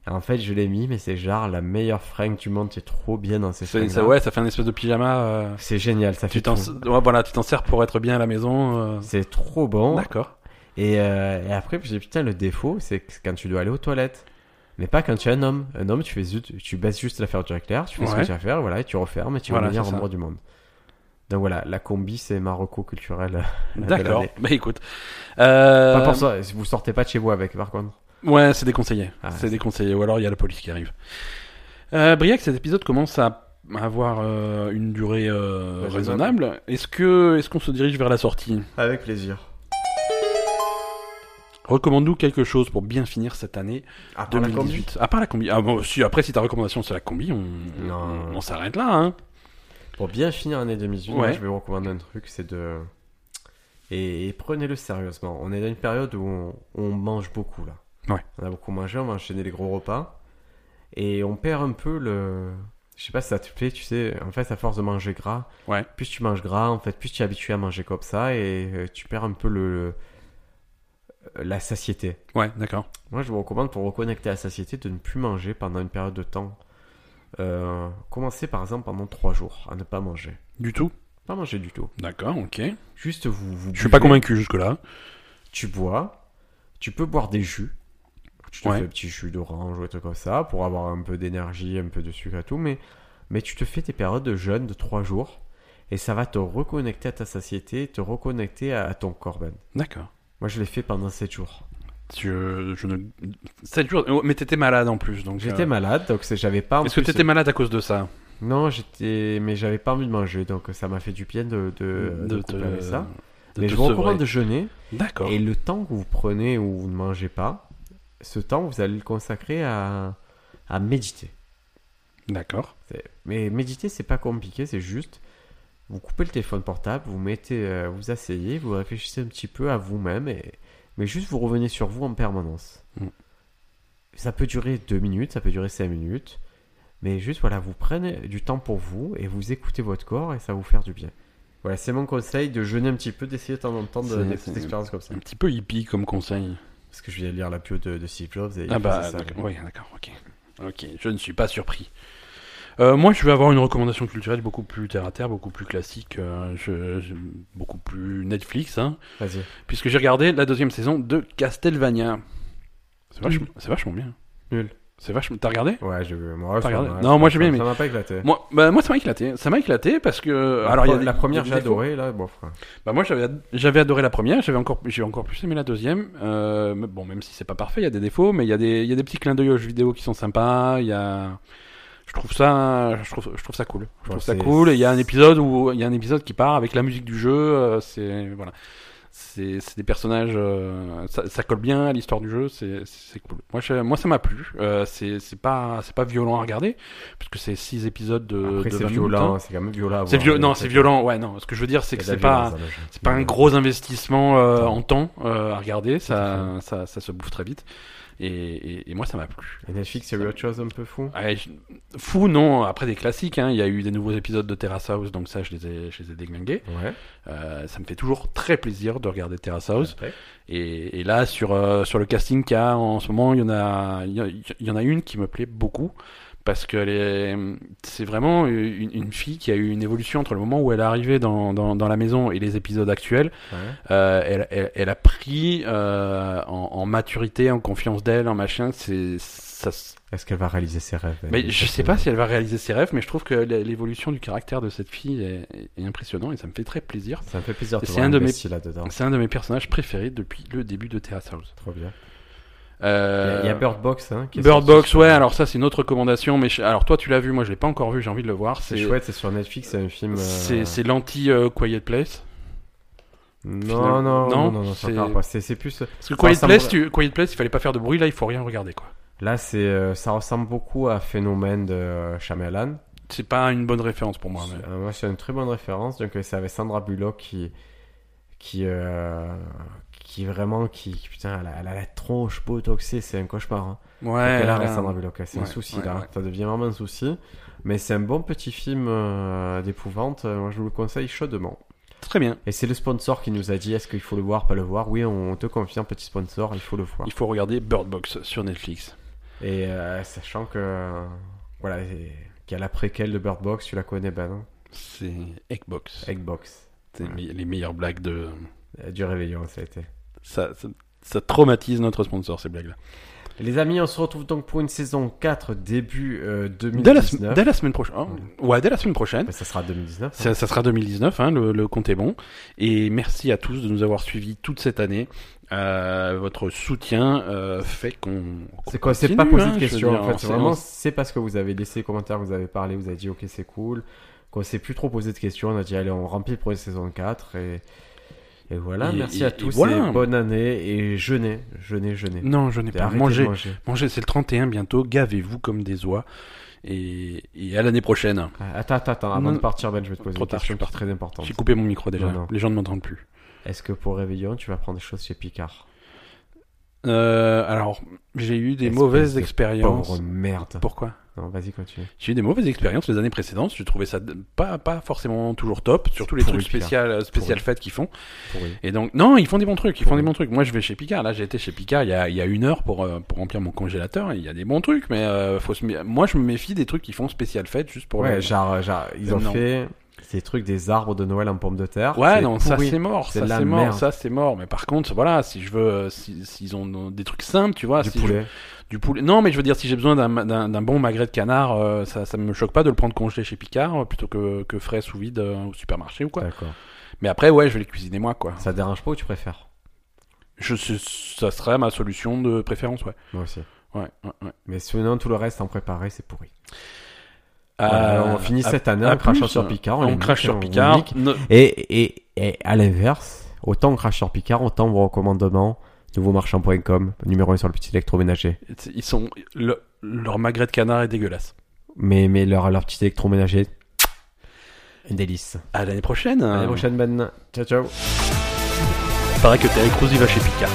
[SPEAKER 1] Et en fait, je l'ai mis, mais c'est genre la meilleure fringue du monde. C'est trop bien dans ces
[SPEAKER 2] C'est-
[SPEAKER 1] fringues.
[SPEAKER 2] ça, ouais, ça fait un espèce de pyjama. euh,
[SPEAKER 1] C'est génial, ça
[SPEAKER 2] Tu
[SPEAKER 1] fait
[SPEAKER 2] t'en,
[SPEAKER 1] tout.
[SPEAKER 2] ouais, voilà, tu t'en sers pour être bien à la maison. euh,
[SPEAKER 1] C'est trop bon.
[SPEAKER 2] D'accord.
[SPEAKER 1] Et, euh, et après, je me suis dit, putain, le défaut, c'est que c'est quand tu dois aller aux toilettes. Mais pas quand tu es un homme. Un homme, tu fais zut- tu baisses juste la fermeture éclair, tu fais ce que
[SPEAKER 2] Ouais.
[SPEAKER 1] tu as à faire, voilà, et tu refermes et tu
[SPEAKER 2] Voilà,
[SPEAKER 1] vas devenir
[SPEAKER 2] c'est ça.
[SPEAKER 1] membre du monde. Donc voilà, la combi, c'est ma reco culturelle.
[SPEAKER 2] D'accord. Bah écoute. Euh,
[SPEAKER 1] Pas pour ça, vous sortez pas de chez vous avec, par contre.
[SPEAKER 2] Ouais, c'est déconseillé.
[SPEAKER 1] Ah,
[SPEAKER 2] c'est
[SPEAKER 1] c'est-
[SPEAKER 2] déconseillé. Ou alors il y a la police qui arrive. Euh, Briac, cet épisode commence à avoir euh, une durée euh,
[SPEAKER 1] Raisonnable.
[SPEAKER 2] raisonnable. Est-ce que est-ce qu'on se dirige vers la sortie
[SPEAKER 1] Avec plaisir.
[SPEAKER 2] Recommande-nous quelque chose pour bien finir cette année
[SPEAKER 1] À part la combi
[SPEAKER 2] 2018. À part la combi. Ah bon, si après si ta recommandation c'est la combi, on,
[SPEAKER 1] Non.
[SPEAKER 2] on, on s'arrête là. Hein.
[SPEAKER 1] Pour bien finir l'année 2018,
[SPEAKER 2] Ouais.
[SPEAKER 1] moi, je vais vous recommander un truc, c'est de... Et, et prenez-le sérieusement. On est dans une période où on, on mange beaucoup, là.
[SPEAKER 2] Ouais.
[SPEAKER 1] On a beaucoup mangé, on va enchaîner les gros repas. Et on perd un peu le... Je sais pas si ça te plaît, tu sais, en fait, à force de manger gras,
[SPEAKER 2] Ouais.
[SPEAKER 1] plus tu manges gras, en fait, plus tu es habitué à manger comme ça, et euh, tu perds un peu le... le- la satiété.
[SPEAKER 2] Ouais, d'accord.
[SPEAKER 1] Moi, je vous recommande pour reconnecter à la satiété de ne plus manger pendant une période de temps. Euh, commencez par exemple pendant 3 jours à ne pas manger.
[SPEAKER 2] Du tout.
[SPEAKER 1] Pas manger du tout.
[SPEAKER 2] D'accord, ok.
[SPEAKER 1] Juste vous. vous
[SPEAKER 2] Je suis pas
[SPEAKER 1] buvez,
[SPEAKER 2] convaincu jusque là.
[SPEAKER 1] Tu bois, tu peux boire des jus. Tu te
[SPEAKER 2] Ouais.
[SPEAKER 1] fais un petit jus d'orange ou un truc comme ça pour avoir un peu d'énergie, un peu de sucre et tout. Mais, mais tu te fais tes périodes de jeûne de 3 jours et ça va te reconnecter à ta satiété, te reconnecter à, à ton corps. Ben.
[SPEAKER 2] D'accord.
[SPEAKER 1] Moi, je l'ai fait pendant 7 jours.
[SPEAKER 2] Je, je ne. Sept jours. oh, Mais t'étais malade en plus, donc.
[SPEAKER 1] J'étais
[SPEAKER 2] euh,
[SPEAKER 1] malade, donc c'est- j'avais pas. en
[SPEAKER 2] Est-ce que
[SPEAKER 1] plus- euh,
[SPEAKER 2] t'étais malade à cause de ça
[SPEAKER 1] Non, j'étais, mais j'avais pas envie de manger, donc ça m'a fait du bien de de, euh, de couper avec ça.
[SPEAKER 2] de
[SPEAKER 1] mais
[SPEAKER 2] te
[SPEAKER 1] je vous recommande
[SPEAKER 2] sevrer.
[SPEAKER 1] de jeûner.
[SPEAKER 2] D'accord.
[SPEAKER 1] Et le temps que vous prenez où vous ne mangez pas, ce temps vous allez le consacrer à à méditer.
[SPEAKER 2] D'accord.
[SPEAKER 1] C'est- Mais méditer, c'est pas compliqué, c'est juste vous coupez le téléphone portable, vous mettez, euh, vous asseyez, vous réfléchissez un petit peu à vous-même, et... mais juste vous revenez sur vous en permanence.
[SPEAKER 2] Mm.
[SPEAKER 1] Ça peut durer deux minutes, ça peut durer cinq minutes, mais juste voilà, vous prenez du temps pour vous et vous écoutez votre corps et ça va vous faire du bien. Voilà, c'est mon conseil de jeûner un petit peu, d'essayer de temps en temps de,
[SPEAKER 2] C'est-
[SPEAKER 1] des
[SPEAKER 2] c'est-
[SPEAKER 1] petites expériences comme ça.
[SPEAKER 2] Un petit peu hippie comme conseil.
[SPEAKER 1] Parce que je viens de lire la bio de, de Steve Jobs et il
[SPEAKER 2] ah bah,
[SPEAKER 1] faisait ça.
[SPEAKER 2] d'accord. Oui, d'accord, ok. Ok, je ne suis pas surpris. Euh, moi, je vais avoir une recommandation culturelle beaucoup plus terre à terre, beaucoup plus classique, euh, je- je- beaucoup plus Netflix, hein,
[SPEAKER 1] Vas-y.
[SPEAKER 2] puisque j'ai regardé la deuxième saison de Castlevania. C'est vachement, c'est vachement bien.
[SPEAKER 1] Nul.
[SPEAKER 2] C'est vachement. T'as regardé
[SPEAKER 1] Ouais, je Moi,
[SPEAKER 2] T'as
[SPEAKER 1] ça
[SPEAKER 2] regardé
[SPEAKER 1] m'a-
[SPEAKER 2] Non, moi, j'ai bien
[SPEAKER 1] ça
[SPEAKER 2] aimé.
[SPEAKER 1] m'a pas éclaté.
[SPEAKER 2] Moi, bah, moi, ça m'a éclaté. Ça m'a éclaté parce que.
[SPEAKER 1] Bah, La
[SPEAKER 2] alors, il y a
[SPEAKER 1] pre-
[SPEAKER 2] des-
[SPEAKER 1] la première,
[SPEAKER 2] il y
[SPEAKER 1] j'ai
[SPEAKER 2] a des défauts.
[SPEAKER 1] adoré, là, bon, frère.
[SPEAKER 2] Bah moi j'avais ad- j'avais adoré la première, j'avais encore j'ai encore plus aimé la deuxième. Euh, mais bon même si c'est pas parfait, il y a des défauts, mais il y a des il y a des petits clins d'œil aux jeux vidéo qui sont sympas. Il y a je trouve ça je trouve je trouve ça cool. Je
[SPEAKER 1] Bon,
[SPEAKER 2] trouve ça
[SPEAKER 1] c'est-
[SPEAKER 2] cool. Et il y a un épisode où il y a un épisode qui part avec la musique du jeu. euh, c'est voilà. c'est c'est des personnages, euh, ça, ça colle bien à l'histoire du jeu, c'est c'est cool. Moi, je- moi ça m'a plu. Euh, c'est c'est pas c'est pas violent à regarder puisque c'est six épisodes de,
[SPEAKER 1] Après,
[SPEAKER 2] de
[SPEAKER 1] c'est
[SPEAKER 2] 20 minutes,
[SPEAKER 1] violent,
[SPEAKER 2] hein.
[SPEAKER 1] c'est quand même violent. à
[SPEAKER 2] C'est
[SPEAKER 1] voir,
[SPEAKER 2] violent,
[SPEAKER 1] mais
[SPEAKER 2] non, c'est violent. Ouais, non. Ce que je veux dire, c'est
[SPEAKER 1] Il y
[SPEAKER 2] que
[SPEAKER 1] a de la
[SPEAKER 2] c'est pas,
[SPEAKER 1] violence dans le jeu.
[SPEAKER 2] c'est pas un gros investissement euh, en temps euh, à regarder. Ça, ça, ça se bouffe très vite. Et, et, et moi, ça m'a plu.
[SPEAKER 1] Et Netflix, c'est autre chose un peu fou.
[SPEAKER 2] Ouais, je- fou, non. Après des classiques, hein. il y a eu des nouveaux épisodes de Terrace House, donc ça, je les ai, je les ai déglingués.
[SPEAKER 1] Ouais.
[SPEAKER 2] Euh, ça me fait toujours très plaisir de regarder Terrace House.
[SPEAKER 1] Après.
[SPEAKER 2] Et, et là, sur, euh, sur le casting qu'il y a en ce moment, il y en a, il y a- il y en a une qui me plaît beaucoup. Parce que les- c'est vraiment une, une fille qui a eu une évolution entre le moment où elle est arrivée dans, dans, dans la maison et les épisodes actuels.
[SPEAKER 1] Ouais.
[SPEAKER 2] Euh, elle, elle, elle a pris euh, en, en maturité, en confiance d'elle, en machin. C'est, ça, s-
[SPEAKER 1] Est-ce qu'elle va réaliser ses rêves elle
[SPEAKER 2] mais je sais pas si elle va réaliser ses rêves, mais je trouve que l'é- l'évolution du caractère de cette fille est, est- est impressionnante et ça me fait très plaisir.
[SPEAKER 1] Ça me fait plaisir de
[SPEAKER 2] C'est
[SPEAKER 1] voir
[SPEAKER 2] un de mes-
[SPEAKER 1] Messi là-dedans.
[SPEAKER 2] C'est un de mes personnages préférés depuis le début de Terrace House.
[SPEAKER 1] Trop bien. Il y
[SPEAKER 2] Euh,
[SPEAKER 1] a- il y a Bird Box. Hein, qui est
[SPEAKER 2] Bird
[SPEAKER 1] sorti.
[SPEAKER 2] Box, ouais, alors ça c'est une autre recommandation, mais je- alors toi tu l'as vu, moi je l'ai pas encore vu, j'ai envie de le voir.
[SPEAKER 1] C'est
[SPEAKER 2] C'est,
[SPEAKER 1] chouette, c'est sur Netflix, c'est un film. euh,
[SPEAKER 2] c'est, c'est l'anti-Quiet Place.
[SPEAKER 1] Non, non,
[SPEAKER 2] finalement-
[SPEAKER 1] non,
[SPEAKER 2] non,
[SPEAKER 1] non, non, ça
[SPEAKER 2] c'est-
[SPEAKER 1] parle pas. C'est c'est plus.
[SPEAKER 2] Parce que
[SPEAKER 1] Ça
[SPEAKER 2] Quiet
[SPEAKER 1] ressemble-
[SPEAKER 2] Place, tu- Quiet Place, il fallait pas faire de bruit, là il faut rien regarder quoi.
[SPEAKER 1] Là, c'est, euh, ça ressemble beaucoup à Phénomène de euh, Shyamalan.
[SPEAKER 2] C'est pas une bonne référence pour moi. mais-
[SPEAKER 1] C'est- euh, Moi, c'est une très bonne référence. Donc, euh, c'est avec Sandra Bullock qui, qui, euh, qui vraiment, qui, qui- putain, elle a, elle a la tronche botoxée, c'est un cauchemar. hein.
[SPEAKER 2] Ouais.
[SPEAKER 1] Donc, là,
[SPEAKER 2] ouais.
[SPEAKER 1] reste Sandra Bullock, c'est un
[SPEAKER 2] ouais,
[SPEAKER 1] souci
[SPEAKER 2] ouais,
[SPEAKER 1] là.
[SPEAKER 2] ouais.
[SPEAKER 1] Ça devient vraiment un souci. Mais c'est un bon petit film euh, d'épouvante. Moi, je vous le conseille chaudement.
[SPEAKER 2] Très bien.
[SPEAKER 1] Et c'est le sponsor qui nous a dit est-ce qu'il faut le voir, pas le voir. Oui, on te confie un petit sponsor, il faut le voir.
[SPEAKER 2] Il faut regarder Bird Box sur Netflix.
[SPEAKER 1] Et euh, sachant que euh, voilà, et- qu'il y a la préquelle de Bird Box, tu la connais, ben non
[SPEAKER 2] C'est Eggbox.
[SPEAKER 1] Eggbox.
[SPEAKER 2] C'est les me- les meilleures blagues de.
[SPEAKER 1] Euh, Du réveillon, ça a été.
[SPEAKER 2] Ça, ça, ça traumatise notre sponsor, ces blagues-là.
[SPEAKER 1] Les amis, on se retrouve donc pour une saison 4 début euh,
[SPEAKER 2] Dès la, se-
[SPEAKER 1] 2019.
[SPEAKER 2] dès la semaine prochaine. oh, ouais, dès la semaine prochaine.
[SPEAKER 1] Ben, ça sera 2019. hein.
[SPEAKER 2] Ça, ça sera 2019, hein, le, le compte est bon. Et merci à tous de nous avoir suivis toute cette année. Euh, votre soutien euh, fait qu'on. qu'on
[SPEAKER 1] C'est quoi C'est
[SPEAKER 2] continue,
[SPEAKER 1] pas poser
[SPEAKER 2] hein,
[SPEAKER 1] de
[SPEAKER 2] je veux
[SPEAKER 1] questions.
[SPEAKER 2] dire,
[SPEAKER 1] en fait,
[SPEAKER 2] on
[SPEAKER 1] c'est
[SPEAKER 2] s'est-
[SPEAKER 1] vraiment c'est parce que vous avez laissé les commentaires, vous avez parlé, vous avez dit ok c'est cool. Qu'on s'est plus trop posé de questions, on a dit allez on remplit pour la saison 4 et et voilà.
[SPEAKER 2] Et-
[SPEAKER 1] merci
[SPEAKER 2] et-
[SPEAKER 1] à
[SPEAKER 2] et
[SPEAKER 1] tous
[SPEAKER 2] voilà.
[SPEAKER 1] et bonne année et jeûnez, jeûnez, jeûnez.
[SPEAKER 2] Non, je n'ai
[SPEAKER 1] Et
[SPEAKER 2] pas
[SPEAKER 1] arrêtez de
[SPEAKER 2] mangé.
[SPEAKER 1] manger.
[SPEAKER 2] Mangez, c'est le 31 bientôt. Gavez-vous comme des oies. Et, et à l'année prochaine.
[SPEAKER 1] Ah, Attends, attends, attends, avant
[SPEAKER 2] Non.
[SPEAKER 1] de partir, Ben, je vais te poser
[SPEAKER 2] Trop
[SPEAKER 1] une
[SPEAKER 2] tard,
[SPEAKER 1] question
[SPEAKER 2] je suis
[SPEAKER 1] qui est très importante.
[SPEAKER 2] J'ai coupé mon micro déjà.
[SPEAKER 1] Non, non.
[SPEAKER 2] Les gens ne m'entendent plus.
[SPEAKER 1] Est-ce que pour Réveillon, tu vas prendre des choses chez Picard
[SPEAKER 2] Euh, alors, j'ai eu des
[SPEAKER 1] Espèce
[SPEAKER 2] mauvaises
[SPEAKER 1] de
[SPEAKER 2] expériences.
[SPEAKER 1] Pauvre merde.
[SPEAKER 2] Pourquoi
[SPEAKER 1] Non, vas-y, continue.
[SPEAKER 2] J'ai eu des mauvaises expériences les années précédentes. Je trouvais ça d- pas, pas forcément toujours top. Surtout les
[SPEAKER 1] pourri,
[SPEAKER 2] trucs spécial, spécial
[SPEAKER 1] Pourri.
[SPEAKER 2] fêtes qu'ils font.
[SPEAKER 1] Pourri.
[SPEAKER 2] Et donc, non, ils font des bons trucs. Ils font
[SPEAKER 1] Pourri.
[SPEAKER 2] des bons trucs. Moi, je vais chez Picard. Là, j'ai été chez Picard il y a, il y a une heure pour, euh, pour remplir mon congélateur. Il y a des bons trucs. Mais euh, faut se mé- moi, je me méfie des trucs qui font spécial fête juste pour
[SPEAKER 1] Ouais,
[SPEAKER 2] le-
[SPEAKER 1] genre, genre, ils ont
[SPEAKER 2] Non.
[SPEAKER 1] fait ces trucs des arbres de Noël en pommes de terre.
[SPEAKER 2] Ouais,
[SPEAKER 1] C'est
[SPEAKER 2] non, ça
[SPEAKER 1] pourri.
[SPEAKER 2] c'est mort,
[SPEAKER 1] C'est
[SPEAKER 2] ça
[SPEAKER 1] de la
[SPEAKER 2] c'est mort,
[SPEAKER 1] merde.
[SPEAKER 2] ça c'est mort. Mais par contre, voilà, si je veux, euh, si- s'ils ont des trucs simples, tu vois,
[SPEAKER 1] Du
[SPEAKER 2] si
[SPEAKER 1] poulet.
[SPEAKER 2] je- du poulet. Non, mais je veux dire, si j'ai besoin d'un- d'un d'un bon magret de canard, euh, ça, ça me choque pas de le prendre congelé chez Picard euh, plutôt que, que frais sous vide euh, au supermarché ou quoi.
[SPEAKER 1] D'accord.
[SPEAKER 2] Mais après, ouais, je vais les cuisiner moi, quoi.
[SPEAKER 1] Ça te dérange pas ou tu préfères
[SPEAKER 2] Je, c'est- ça serait ma solution de préférence, ouais.
[SPEAKER 1] Moi aussi.
[SPEAKER 2] Ouais, ouais, ouais.
[SPEAKER 1] Mais sinon, tout le reste en préparé, c'est pourri.
[SPEAKER 2] Euh,
[SPEAKER 1] Voilà, on finit
[SPEAKER 2] à-
[SPEAKER 1] cette année
[SPEAKER 2] à
[SPEAKER 1] en crachant
[SPEAKER 2] plus,
[SPEAKER 1] sur Picard.
[SPEAKER 2] On
[SPEAKER 1] les
[SPEAKER 2] crache
[SPEAKER 1] nique,
[SPEAKER 2] sur
[SPEAKER 1] on les
[SPEAKER 2] Picard.
[SPEAKER 1] nique.
[SPEAKER 2] Ne-
[SPEAKER 1] Et, et, et à l'inverse, autant on crache sur Picard, autant vos recommandements, nouveaumarchand.com, numéro 1 sur le petit électroménager.
[SPEAKER 2] Ils sont, le- leur magret de canard est dégueulasse.
[SPEAKER 1] Mais, mais leur, leur petit électroménager, un délice.
[SPEAKER 2] À l'année prochaine.
[SPEAKER 1] À la prochaine, Ben. Ciao, ciao.
[SPEAKER 2] Il paraît que t'es avec Rose, il va chez Picard.